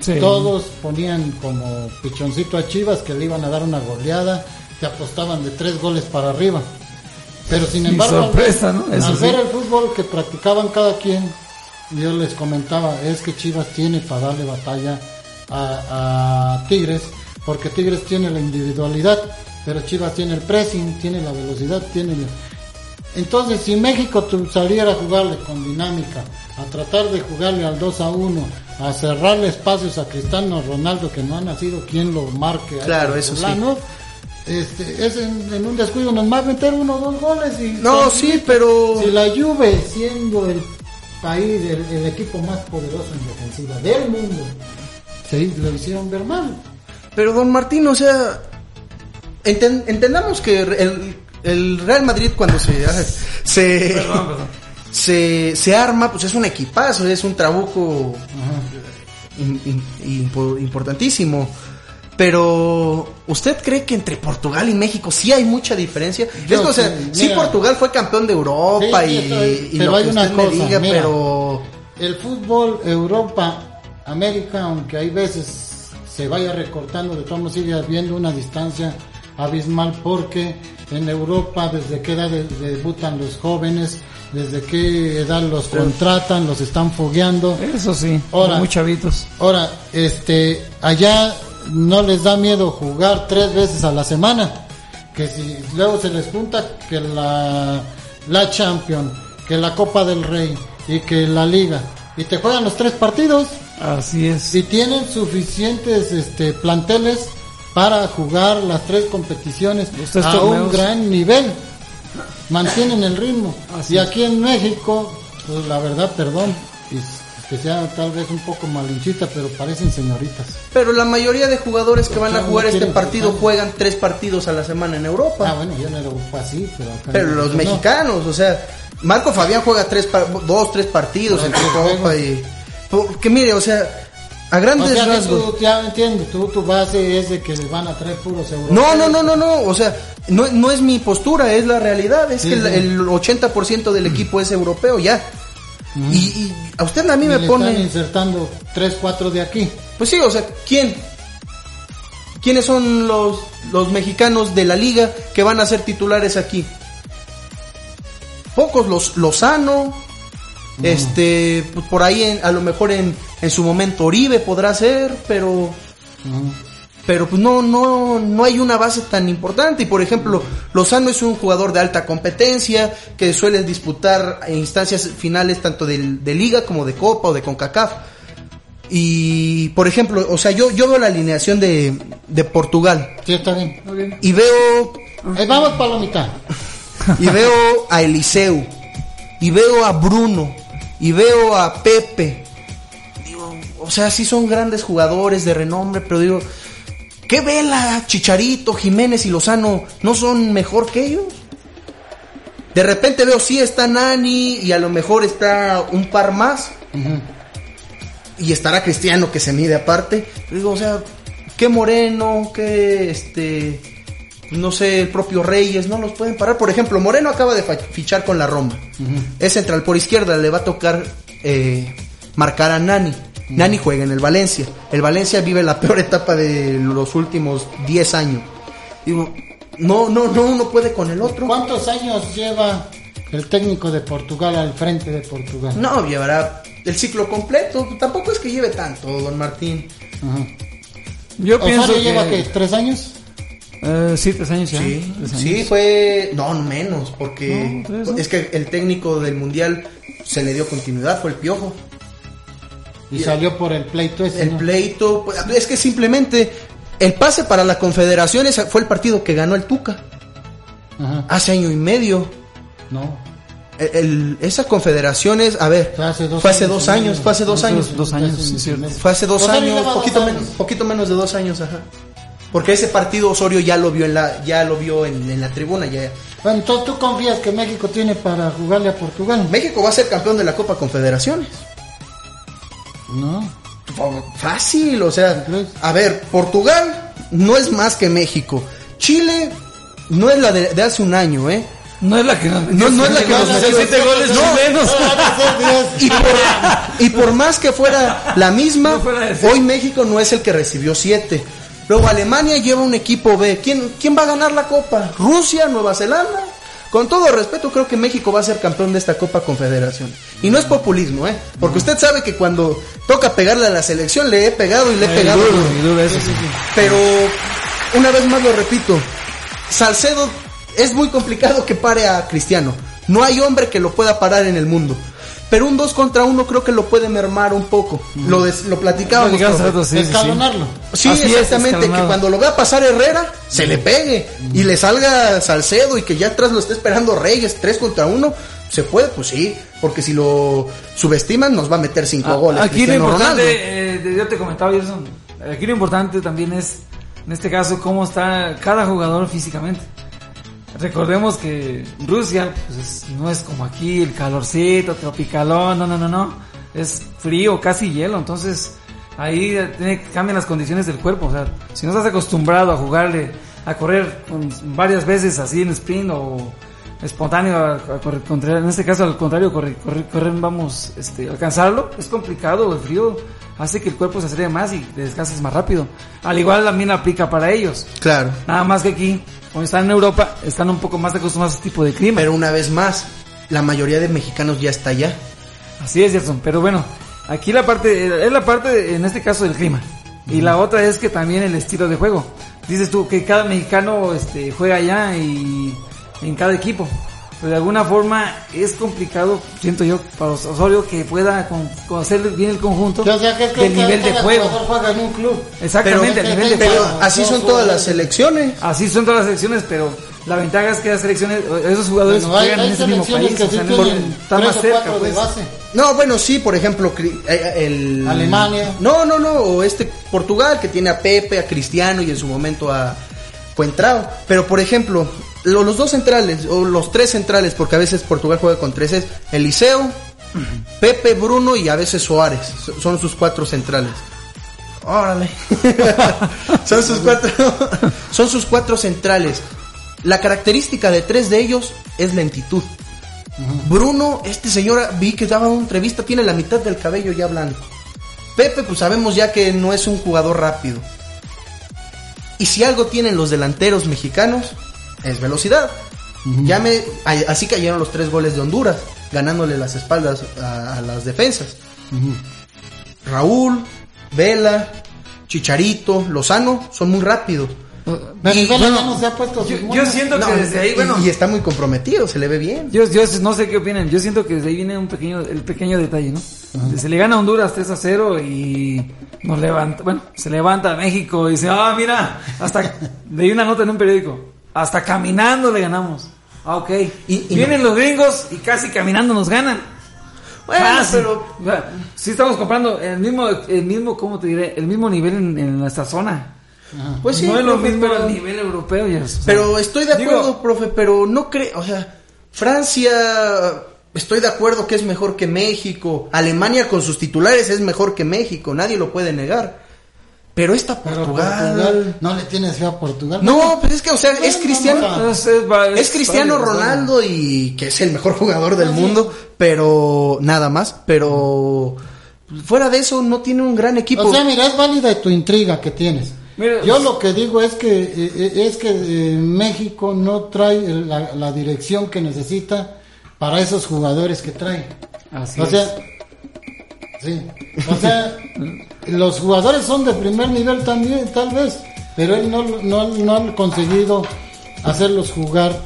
[SPEAKER 3] Sí.
[SPEAKER 2] Todos ponían como pichoncito a Chivas que le iban a dar una goleada, que apostaban de tres goles para arriba. Pero sin
[SPEAKER 3] Y
[SPEAKER 2] embargo, al
[SPEAKER 3] sorpresa,
[SPEAKER 2] ver-
[SPEAKER 3] ¿no?
[SPEAKER 2] al
[SPEAKER 3] Eso sí.
[SPEAKER 2] ver el fútbol que practicaban cada quien, yo les comentaba, es que Chivas tiene para darle batalla a, a Tigres, porque Tigres tiene la individualidad, pero Chivas tiene el pressing, tiene la velocidad, tiene... la- Entonces, si México tu- saliera a jugarle con dinámica, a tratar de jugarle al 2 a 1, a cerrarle espacios a Cristiano Ronaldo, que no ha nacido quien lo marque, a
[SPEAKER 1] Claro,
[SPEAKER 2] esos
[SPEAKER 1] eso sí.
[SPEAKER 2] fulanos, este, es en, en un descuido, nos va a meter uno o dos goles y...
[SPEAKER 1] No, sí, pero...
[SPEAKER 2] Si la Juve, siendo el país, el, el equipo más poderoso en defensiva del mundo, se lo hicieron ver mal.
[SPEAKER 1] Pero don Martín, o sea, enten- entendamos que el, el Real Madrid cuando se se, se se arma, pues es un equipazo, es un trabuco in- in- impo- importantísimo. Pero ¿usted cree que entre Portugal y México sí hay mucha diferencia?
[SPEAKER 2] Yo
[SPEAKER 1] Es que, o sea,
[SPEAKER 2] sí,
[SPEAKER 1] sí
[SPEAKER 2] mira.
[SPEAKER 1] Portugal fue campeón de Europa
[SPEAKER 2] Sí, sí,
[SPEAKER 1] y,
[SPEAKER 2] estoy-
[SPEAKER 1] y
[SPEAKER 2] pero
[SPEAKER 1] lo
[SPEAKER 2] hay
[SPEAKER 1] que
[SPEAKER 2] una
[SPEAKER 1] usted me
[SPEAKER 2] cosa,
[SPEAKER 1] diga,
[SPEAKER 2] mira.
[SPEAKER 1] pero
[SPEAKER 2] El fútbol, Europa, América, aunque hay veces se vaya recortando, de todos modos sigue habiendo una distancia abismal porque en Europa desde qué edad de- debutan los jóvenes, desde qué edad los contratan, los están fogueando.
[SPEAKER 3] Eso sí,
[SPEAKER 2] Ahora.
[SPEAKER 3] muy chavitos.
[SPEAKER 2] Ahora, este, allá no les da miedo jugar tres veces a la semana. Que si luego se les junta que la, la Champions, que la Copa del Rey y que la Liga. Y te juegan los tres partidos
[SPEAKER 3] Así es.
[SPEAKER 2] si tienen suficientes este, planteles para jugar las tres competiciones
[SPEAKER 3] Los tres
[SPEAKER 2] a un
[SPEAKER 3] torneos.
[SPEAKER 2] gran nivel. Mantienen el ritmo.
[SPEAKER 3] Así
[SPEAKER 2] y
[SPEAKER 3] es.
[SPEAKER 2] aquí en México, pues la verdad, perdón, y s- que sea tal vez un poco malinchita, pero parecen señoritas.
[SPEAKER 1] pero la mayoría de jugadores que van a
[SPEAKER 2] No
[SPEAKER 1] jugar este
[SPEAKER 2] quieren
[SPEAKER 1] partido
[SPEAKER 2] jugar.
[SPEAKER 1] juegan tres partidos a la semana en Europa.
[SPEAKER 2] Ah, bueno, yo no era fue así, pero acá
[SPEAKER 1] Pero
[SPEAKER 2] en
[SPEAKER 1] los
[SPEAKER 2] México no.
[SPEAKER 1] mexicanos, o sea, Marco Fabián juega tres par- dos, tres partidos en Copa y. Porque mire, o sea, a
[SPEAKER 2] O
[SPEAKER 1] grandes
[SPEAKER 2] sea, que
[SPEAKER 1] rasgos.
[SPEAKER 2] tú, ya entiendes, tú tu base es de que les van a traer puros europeos.
[SPEAKER 1] No, no, no, no, no, o sea, no, no es mi postura, es la realidad, es
[SPEAKER 2] Sí,
[SPEAKER 1] que el,
[SPEAKER 2] sí.
[SPEAKER 1] el 80% del equipo es europeo ya. Y, y a usted a mí
[SPEAKER 2] Mm. Y
[SPEAKER 1] me
[SPEAKER 2] le están
[SPEAKER 1] pone.
[SPEAKER 2] insertando tres, cuatro de aquí.
[SPEAKER 1] Pues sí, o sea, ¿quién? ¿Quiénes son los, los mexicanos de la liga que van a ser titulares aquí? Pocos, los Lozano, este, pues, por ahí en- a lo mejor en, en su momento Oribe podrá ser, pero pero pues no no no hay una base tan importante y por ejemplo Lozano es un jugador de alta competencia que suele disputar instancias finales tanto del- de, liga como de copa o de Concacaf y por ejemplo o sea yo yo veo la alineación de, de Portugal
[SPEAKER 2] Sí, está bien.
[SPEAKER 1] y veo
[SPEAKER 2] Ahí vamos para la mitad.
[SPEAKER 1] y veo a Eliseu y veo a Bruno y veo a Pepe digo o sea sí son grandes jugadores de renombre pero digo ¿Qué vela, Chicharito, Jiménez y Lozano no son mejor que ellos? De repente veo, sí está Nani y a lo mejor está un par más. Y estará Cristiano que se mide aparte. Digo, o sea, qué Moreno, qué este. No sé, el propio Reyes, no los pueden parar. Por ejemplo, Moreno acaba de fa- fichar con la Roma. Es central por izquierda, le va a tocar eh, marcar a Nani. Nani juega en el Valencia. El Valencia vive la peor etapa de los últimos 10 años. Digo, no, no, no, uno puede con el otro.
[SPEAKER 2] ¿Cuántos años lleva el técnico de Portugal al frente de Portugal?
[SPEAKER 1] No, llevará el ciclo completo. Tampoco es que lleve tanto, don Martín.
[SPEAKER 2] Ajá.
[SPEAKER 3] Yo pienso
[SPEAKER 2] Osorio
[SPEAKER 3] que...
[SPEAKER 2] lleva que tres años.
[SPEAKER 3] Eh, sí, tres años ya.
[SPEAKER 1] Sí,
[SPEAKER 3] Tres años.
[SPEAKER 1] sí, fue... No, menos, porque
[SPEAKER 3] No, tres, ¿no?
[SPEAKER 1] es que el técnico del Mundial se le dio continuidad, fue el Piojo.
[SPEAKER 2] Y salió por el pleito ese.
[SPEAKER 1] El
[SPEAKER 2] ¿no?
[SPEAKER 1] pleito, pues, es que simplemente el pase para la Confederación ese fue el partido que ganó el Tuca
[SPEAKER 2] Ajá.
[SPEAKER 1] hace año y medio.
[SPEAKER 2] No.
[SPEAKER 1] El- el- esas confederaciones, a ver,
[SPEAKER 2] Fue hace dos
[SPEAKER 1] fue hace
[SPEAKER 2] años
[SPEAKER 1] dos
[SPEAKER 2] y medio.
[SPEAKER 1] años, fue hace dos
[SPEAKER 3] Hace
[SPEAKER 1] años.
[SPEAKER 3] Dos años,
[SPEAKER 2] Casi
[SPEAKER 3] sí,
[SPEAKER 2] un
[SPEAKER 3] cierto.
[SPEAKER 2] mes.
[SPEAKER 1] Fue hace dos
[SPEAKER 2] Rosario
[SPEAKER 1] años,
[SPEAKER 2] lleva dos
[SPEAKER 1] poquito,
[SPEAKER 2] años.
[SPEAKER 1] Menos, poquito menos de dos años, ajá. Porque ese partido Osorio ya lo vio en la, ya lo vio en, en la tribuna, ya.
[SPEAKER 2] Bueno, entonces tú confías que México tiene para jugarle a Portugal.
[SPEAKER 1] México va a ser campeón de la Copa Confederaciones.
[SPEAKER 2] No.
[SPEAKER 1] Fácil, o sea,
[SPEAKER 2] Luis.
[SPEAKER 1] a ver, Portugal no es más que México. Chile no es la de, de hace un año, ¿eh?
[SPEAKER 3] No es la que nos
[SPEAKER 1] No, no es la que nos metió
[SPEAKER 3] siete goles
[SPEAKER 1] No,
[SPEAKER 3] menos.
[SPEAKER 1] Y por, y por más que fuera la misma,
[SPEAKER 3] No fuera de sí.
[SPEAKER 1] hoy México no es el que recibió siete. Luego Alemania lleva un equipo B. ¿Quién, ¿Quién va a ganar la copa? ¿Rusia? ¿Nueva Zelanda? Con todo respeto, creo que México va a ser campeón de esta Copa Confederación. Y no es populismo, ¿eh? Porque usted sabe que cuando toca pegarle a la selección, le he pegado y le he pegado.
[SPEAKER 3] Muy duro eso, sí, sí.
[SPEAKER 1] Pero, una vez más lo repito, Salcedo es muy complicado que pare a Cristiano. No hay hombre que lo pueda parar en el mundo. Pero un 2 contra 1 creo que lo puede mermar un poco.
[SPEAKER 3] Mm.
[SPEAKER 1] Lo, des- lo platicábamos.
[SPEAKER 3] Digamos,
[SPEAKER 1] profe.
[SPEAKER 3] trato, sí, sí, sí.
[SPEAKER 2] Escalonarlo.
[SPEAKER 1] Sí,
[SPEAKER 3] Así es, Mm.
[SPEAKER 1] exactamente, que
[SPEAKER 3] escalonado.
[SPEAKER 1] cuando lo vea pasar Herrera, se le pegue y le salga Salcedo y que ya atrás lo esté esperando Reyes, 3 contra 1, se puede, pues sí, porque si lo subestiman nos va a meter 5
[SPEAKER 3] Ah,
[SPEAKER 1] goles.
[SPEAKER 3] Aquí lo
[SPEAKER 1] Cristiano Ronaldo.
[SPEAKER 3] importante, eh, yo te comentaba, Gerson, aquí lo importante también es, en este caso, cómo está cada jugador físicamente. Recordemos que Rusia pues, es- no es como aquí, el calorcito, tropicalón, no, no, no, no. Es frío, casi hielo, entonces ahí tiene- cambian las condiciones del cuerpo. O sea, si no estás acostumbrado a jugarle, a correr con- varias veces así en sprint o espontáneo, a- a correr contra- en este caso al contrario, correr, correr, correr, vamos, este, alcanzarlo, es complicado, el frío hace que el cuerpo se acelere más y te descanses más rápido. Al igual también aplica para ellos.
[SPEAKER 1] Claro.
[SPEAKER 3] Nada más que aquí, como están en Europa, están un poco más acostumbrados a este tipo de clima.
[SPEAKER 1] Pero una vez más, la mayoría de mexicanos ya está allá.
[SPEAKER 3] Así es, Gerson. Pero bueno, aquí la parte, eh, es la parte, de- en este caso, del clima. Y la otra es que también el estilo de juego. Dices tú que cada mexicano este, juega allá y en cada equipo. Pero de alguna forma es complicado, siento yo, para Os- Osorio que pueda con- conocer bien el conjunto
[SPEAKER 2] O sea, que es que
[SPEAKER 3] del
[SPEAKER 2] cada-
[SPEAKER 3] nivel de
[SPEAKER 2] cada
[SPEAKER 3] juego.
[SPEAKER 2] jugador juega en un club.
[SPEAKER 3] Exactamente, el
[SPEAKER 2] Pero-
[SPEAKER 3] nivel de
[SPEAKER 1] Pero
[SPEAKER 2] Ah,
[SPEAKER 3] juego.
[SPEAKER 1] así son todas las selecciones.
[SPEAKER 3] Así son todas las selecciones, pero la ventaja es que las selecciones, esos jugadores
[SPEAKER 2] Bueno, hay,
[SPEAKER 3] juegan en
[SPEAKER 2] hay
[SPEAKER 3] ese mismo
[SPEAKER 2] selecciones
[SPEAKER 3] país,
[SPEAKER 2] que
[SPEAKER 3] o
[SPEAKER 2] sí
[SPEAKER 3] sea, no
[SPEAKER 2] tienen
[SPEAKER 3] importa, está
[SPEAKER 2] tres
[SPEAKER 3] más
[SPEAKER 2] o
[SPEAKER 3] cerca.
[SPEAKER 2] cuatro de
[SPEAKER 3] pues.
[SPEAKER 2] base.
[SPEAKER 1] No, bueno, sí, por ejemplo, cri- eh, eh, el...
[SPEAKER 2] Alemania.
[SPEAKER 1] No, no, no, o este Portugal que tiene a Pepe, a Cristiano y en su momento a Cuentrao. Pero, por ejemplo, lo- los dos centrales, o los tres centrales, porque a veces Portugal juega con tres, es Eliseo, Pepe, Bruno y a veces Suárez. So- Son sus cuatro centrales. Órale. son sus cuatro. son sus cuatro centrales. La característica de tres de ellos es lentitud. Bruno, este señor vi que daba una entrevista, tiene la mitad del cabello ya blanco. Pepe, pues sabemos ya que no es un jugador rápido. Y si algo tienen los delanteros mexicanos, es velocidad. Ya me- a- así cayeron los tres goles de Honduras, ganándole las espaldas a, a las defensas. Raúl, Vela, Chicharito, Lozano, son muy rápidos.
[SPEAKER 2] Pero
[SPEAKER 1] Y-
[SPEAKER 2] Vela ya
[SPEAKER 1] bueno,
[SPEAKER 2] no se ha puesto sus
[SPEAKER 3] Yo, yo
[SPEAKER 2] moños.
[SPEAKER 3] siento que
[SPEAKER 1] No,
[SPEAKER 3] desde ahí,
[SPEAKER 1] y-
[SPEAKER 3] bueno,
[SPEAKER 1] y está muy comprometido, se le ve bien.
[SPEAKER 3] yo, yo no sé qué opinan, yo siento que desde ahí viene un pequeño, el pequeño detalle, ¿no? Se le gana a Honduras 3 a 0 y nos levanta, bueno, se levanta a México y dice, ah, mira, hasta, leí una nota en un periódico, hasta caminando le ganamos. Ah, ok.
[SPEAKER 1] y no.
[SPEAKER 3] Vienen los gringos y casi caminando nos ganan.
[SPEAKER 1] Bueno,
[SPEAKER 3] Fácil.
[SPEAKER 1] pero
[SPEAKER 3] Mira, Sí estamos comprando el mismo, el mismo, ¿cómo te diré? El mismo nivel en, en nuestra zona.
[SPEAKER 1] Pues sí,
[SPEAKER 3] Ah, no es lo
[SPEAKER 1] profe,
[SPEAKER 3] mismo
[SPEAKER 1] pero-
[SPEAKER 3] el nivel europeo. ya, o sea,
[SPEAKER 1] Pero estoy de
[SPEAKER 3] digo,
[SPEAKER 1] acuerdo, profe, pero no creo, o sea, Francia, estoy de acuerdo que es mejor que México, Alemania con sus titulares es mejor que México, nadie lo puede negar. Pero esta
[SPEAKER 2] Pero
[SPEAKER 1] Portugal...
[SPEAKER 2] Portugal, no le tienes fe a Portugal.
[SPEAKER 1] No, pero es que, o sea, es
[SPEAKER 2] no,
[SPEAKER 1] Cristiano...
[SPEAKER 2] no,
[SPEAKER 3] es, es va-
[SPEAKER 1] Es Cristiano
[SPEAKER 3] válido, es válido.
[SPEAKER 1] Ronaldo y que es el mejor jugador del mundo, pero nada más, pero fuera de eso no tiene un gran equipo.
[SPEAKER 2] O sea, mira, es válida tu intriga que tienes.
[SPEAKER 3] Mira,
[SPEAKER 2] Yo
[SPEAKER 3] pues-
[SPEAKER 2] lo que digo es que eh, eh, es que eh, México no trae el- la, la dirección que necesita para esos jugadores que trae.
[SPEAKER 3] Así
[SPEAKER 2] o
[SPEAKER 3] es.
[SPEAKER 2] sea, sí. O sea, los jugadores son de primer nivel también, tal vez, pero él no, no, no han conseguido hacerlos jugar.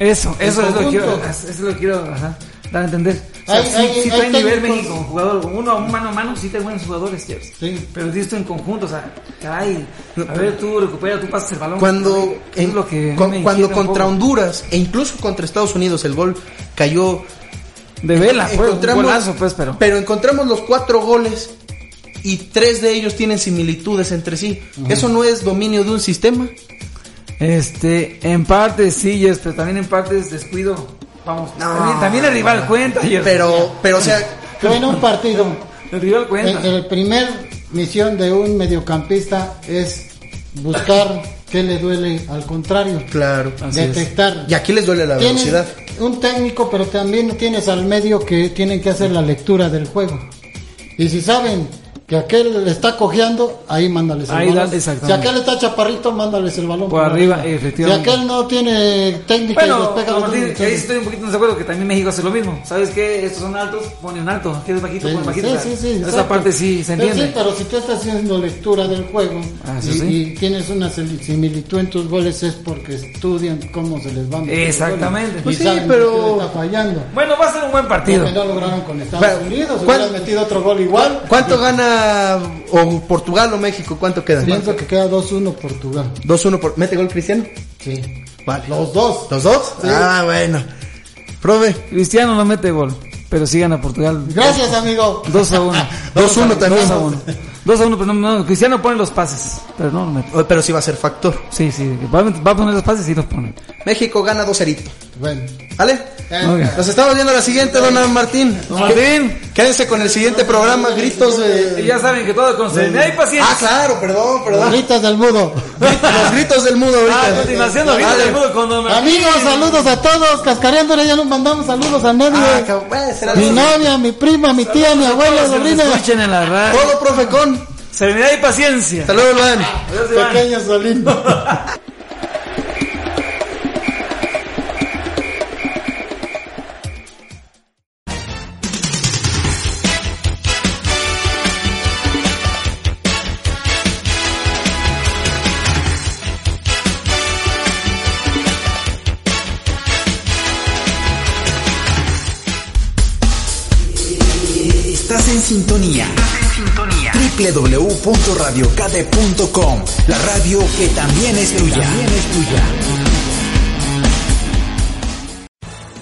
[SPEAKER 3] Eso, eso es lo que
[SPEAKER 2] conjunto.
[SPEAKER 3] quiero, eso es lo que quiero ajá, dar a entender. O sea,
[SPEAKER 2] Hay-
[SPEAKER 3] sí,
[SPEAKER 2] hay-
[SPEAKER 3] sí
[SPEAKER 2] hay
[SPEAKER 3] trae nivel
[SPEAKER 2] técnicos-
[SPEAKER 3] México, jugador uno a un mano a mano, sí trae buenos jugadores, Chefs.
[SPEAKER 2] Sí.
[SPEAKER 3] Pero esto en conjunto, o sea, caray, a ver tú recupera, tú pasas el balón.
[SPEAKER 1] Cuando,
[SPEAKER 3] es
[SPEAKER 1] en-
[SPEAKER 3] lo que
[SPEAKER 1] cu-
[SPEAKER 3] me
[SPEAKER 1] cuando
[SPEAKER 3] inquieta un
[SPEAKER 1] contra
[SPEAKER 3] poco.
[SPEAKER 1] Honduras e incluso contra Estados Unidos el gol cayó
[SPEAKER 3] de vela, fue un
[SPEAKER 1] encontramos-
[SPEAKER 3] golazo, pues, pero
[SPEAKER 1] encontramos los cuatro goles y tres de ellos tienen similitudes entre sí. Eso no es dominio de un sistema.
[SPEAKER 3] Este, en partes sí, Jess, pero también en partes descuido. Vamos, también, también el rival cuenta, Jess.
[SPEAKER 1] Pero, pero o sea,
[SPEAKER 2] Pero en un partido,
[SPEAKER 3] el rival cuenta.
[SPEAKER 2] el, el primer misión de un mediocampista es buscar qué le duele al contrario.
[SPEAKER 1] claro.
[SPEAKER 2] detectar.
[SPEAKER 1] Y aquí les duele la
[SPEAKER 2] Tienes
[SPEAKER 1] velocidad.
[SPEAKER 2] un técnico, pero también tienes al medio que tienen que hacer la lectura del juego. Y si saben que aquel le está cojeando, ahí mándales el
[SPEAKER 3] Ahí
[SPEAKER 2] balón.
[SPEAKER 3] dale,
[SPEAKER 2] si
[SPEAKER 3] exactamente.
[SPEAKER 2] aquel está chaparrito, mándales el balón.
[SPEAKER 3] Por arriba, efectivamente.
[SPEAKER 2] Si aquel no tiene técnica y les
[SPEAKER 3] Bueno,
[SPEAKER 2] pega
[SPEAKER 3] Martín,
[SPEAKER 2] balón,
[SPEAKER 3] ahí
[SPEAKER 2] entonces-
[SPEAKER 3] estoy un poquito en desacuerdo que también México hace lo mismo. ¿Sabes qué? Estos son altos, ponen alto. Quieres bajito,
[SPEAKER 2] Sí,
[SPEAKER 3] ponen bajito.
[SPEAKER 2] sí,
[SPEAKER 3] O sea,
[SPEAKER 2] sí, sí,
[SPEAKER 3] Esa
[SPEAKER 2] exacto.
[SPEAKER 3] parte sí se
[SPEAKER 2] Pero
[SPEAKER 3] entiende.
[SPEAKER 2] sí, pero si tú estás haciendo lectura del juego
[SPEAKER 3] Ah,
[SPEAKER 2] y,
[SPEAKER 3] eso sí.
[SPEAKER 2] y tienes una simil- similitud en tus goles es porque estudian cómo se les van. los goles.
[SPEAKER 3] Exactamente.
[SPEAKER 2] Y
[SPEAKER 3] Pues
[SPEAKER 1] sí,
[SPEAKER 2] saben que
[SPEAKER 1] pero-
[SPEAKER 2] usted está fallando.
[SPEAKER 3] Bueno, va a ser un buen partido.
[SPEAKER 2] Porque no lograron con Estados
[SPEAKER 1] Pero,
[SPEAKER 2] Unidos,
[SPEAKER 1] ¿cuál-
[SPEAKER 2] hubieran metido otro gol igual.
[SPEAKER 1] ¿Cuánto gana o Portugal o México? ¿Cuánto queda?
[SPEAKER 2] Pienso que queda 2-1 Portugal.
[SPEAKER 1] 2-1 por. ¿Mete gol Cristiano?
[SPEAKER 2] Sí.
[SPEAKER 1] Vale.
[SPEAKER 2] Los dos.
[SPEAKER 1] ¿Los dos? Ah, bueno. Profe,
[SPEAKER 3] Cristiano no mete gol, pero sí gana Portugal.
[SPEAKER 2] Gracias, amigo.
[SPEAKER 3] 2 a 1.
[SPEAKER 1] 2-1 también.
[SPEAKER 3] 2 a 1. 2 a 1, pero no, no, Cristiano pone los pases, pero no lo mete.
[SPEAKER 1] oh, pero sí va a ser factor.
[SPEAKER 3] Sí, sí, va a va a poner los pases y los pone.
[SPEAKER 1] México gana 2-0.
[SPEAKER 2] Bueno. eh,
[SPEAKER 1] ¿Vale?
[SPEAKER 3] Ok.
[SPEAKER 1] Nos estamos viendo a la siguiente, don Martín.
[SPEAKER 3] Martín,
[SPEAKER 1] Quédense con el siguiente programa, gritos de.
[SPEAKER 3] y ya saben que todo con serenidad y
[SPEAKER 1] Ah,
[SPEAKER 3] paciencia.
[SPEAKER 1] claro, perdón, perdón.
[SPEAKER 2] Gritas del mudo.
[SPEAKER 1] Los gritos del mundo
[SPEAKER 3] Ah,
[SPEAKER 1] ahorita.
[SPEAKER 3] a continuación, ahorita
[SPEAKER 1] Vale.
[SPEAKER 3] del fútbol con Don Martín.
[SPEAKER 2] Amigos, saludos a todos. Cascareándole, ya nos mandamos saludos a nadie.
[SPEAKER 1] Ah, cabrón, bueno, será
[SPEAKER 2] mi
[SPEAKER 1] todo.
[SPEAKER 2] novia, mi prima, mi tía, mi abuela,
[SPEAKER 3] Se nos
[SPEAKER 2] sobrina.
[SPEAKER 3] escuchen en la radio.
[SPEAKER 1] Todo, profe, con.
[SPEAKER 2] Oh.
[SPEAKER 3] Serenidad y paciencia.
[SPEAKER 1] Hasta luego, Luan.
[SPEAKER 3] Adiós, Iván.
[SPEAKER 2] Pequeño solín.
[SPEAKER 4] Estás en sintonía. www.radiocade.com La radio que también es tuya. También es tuya.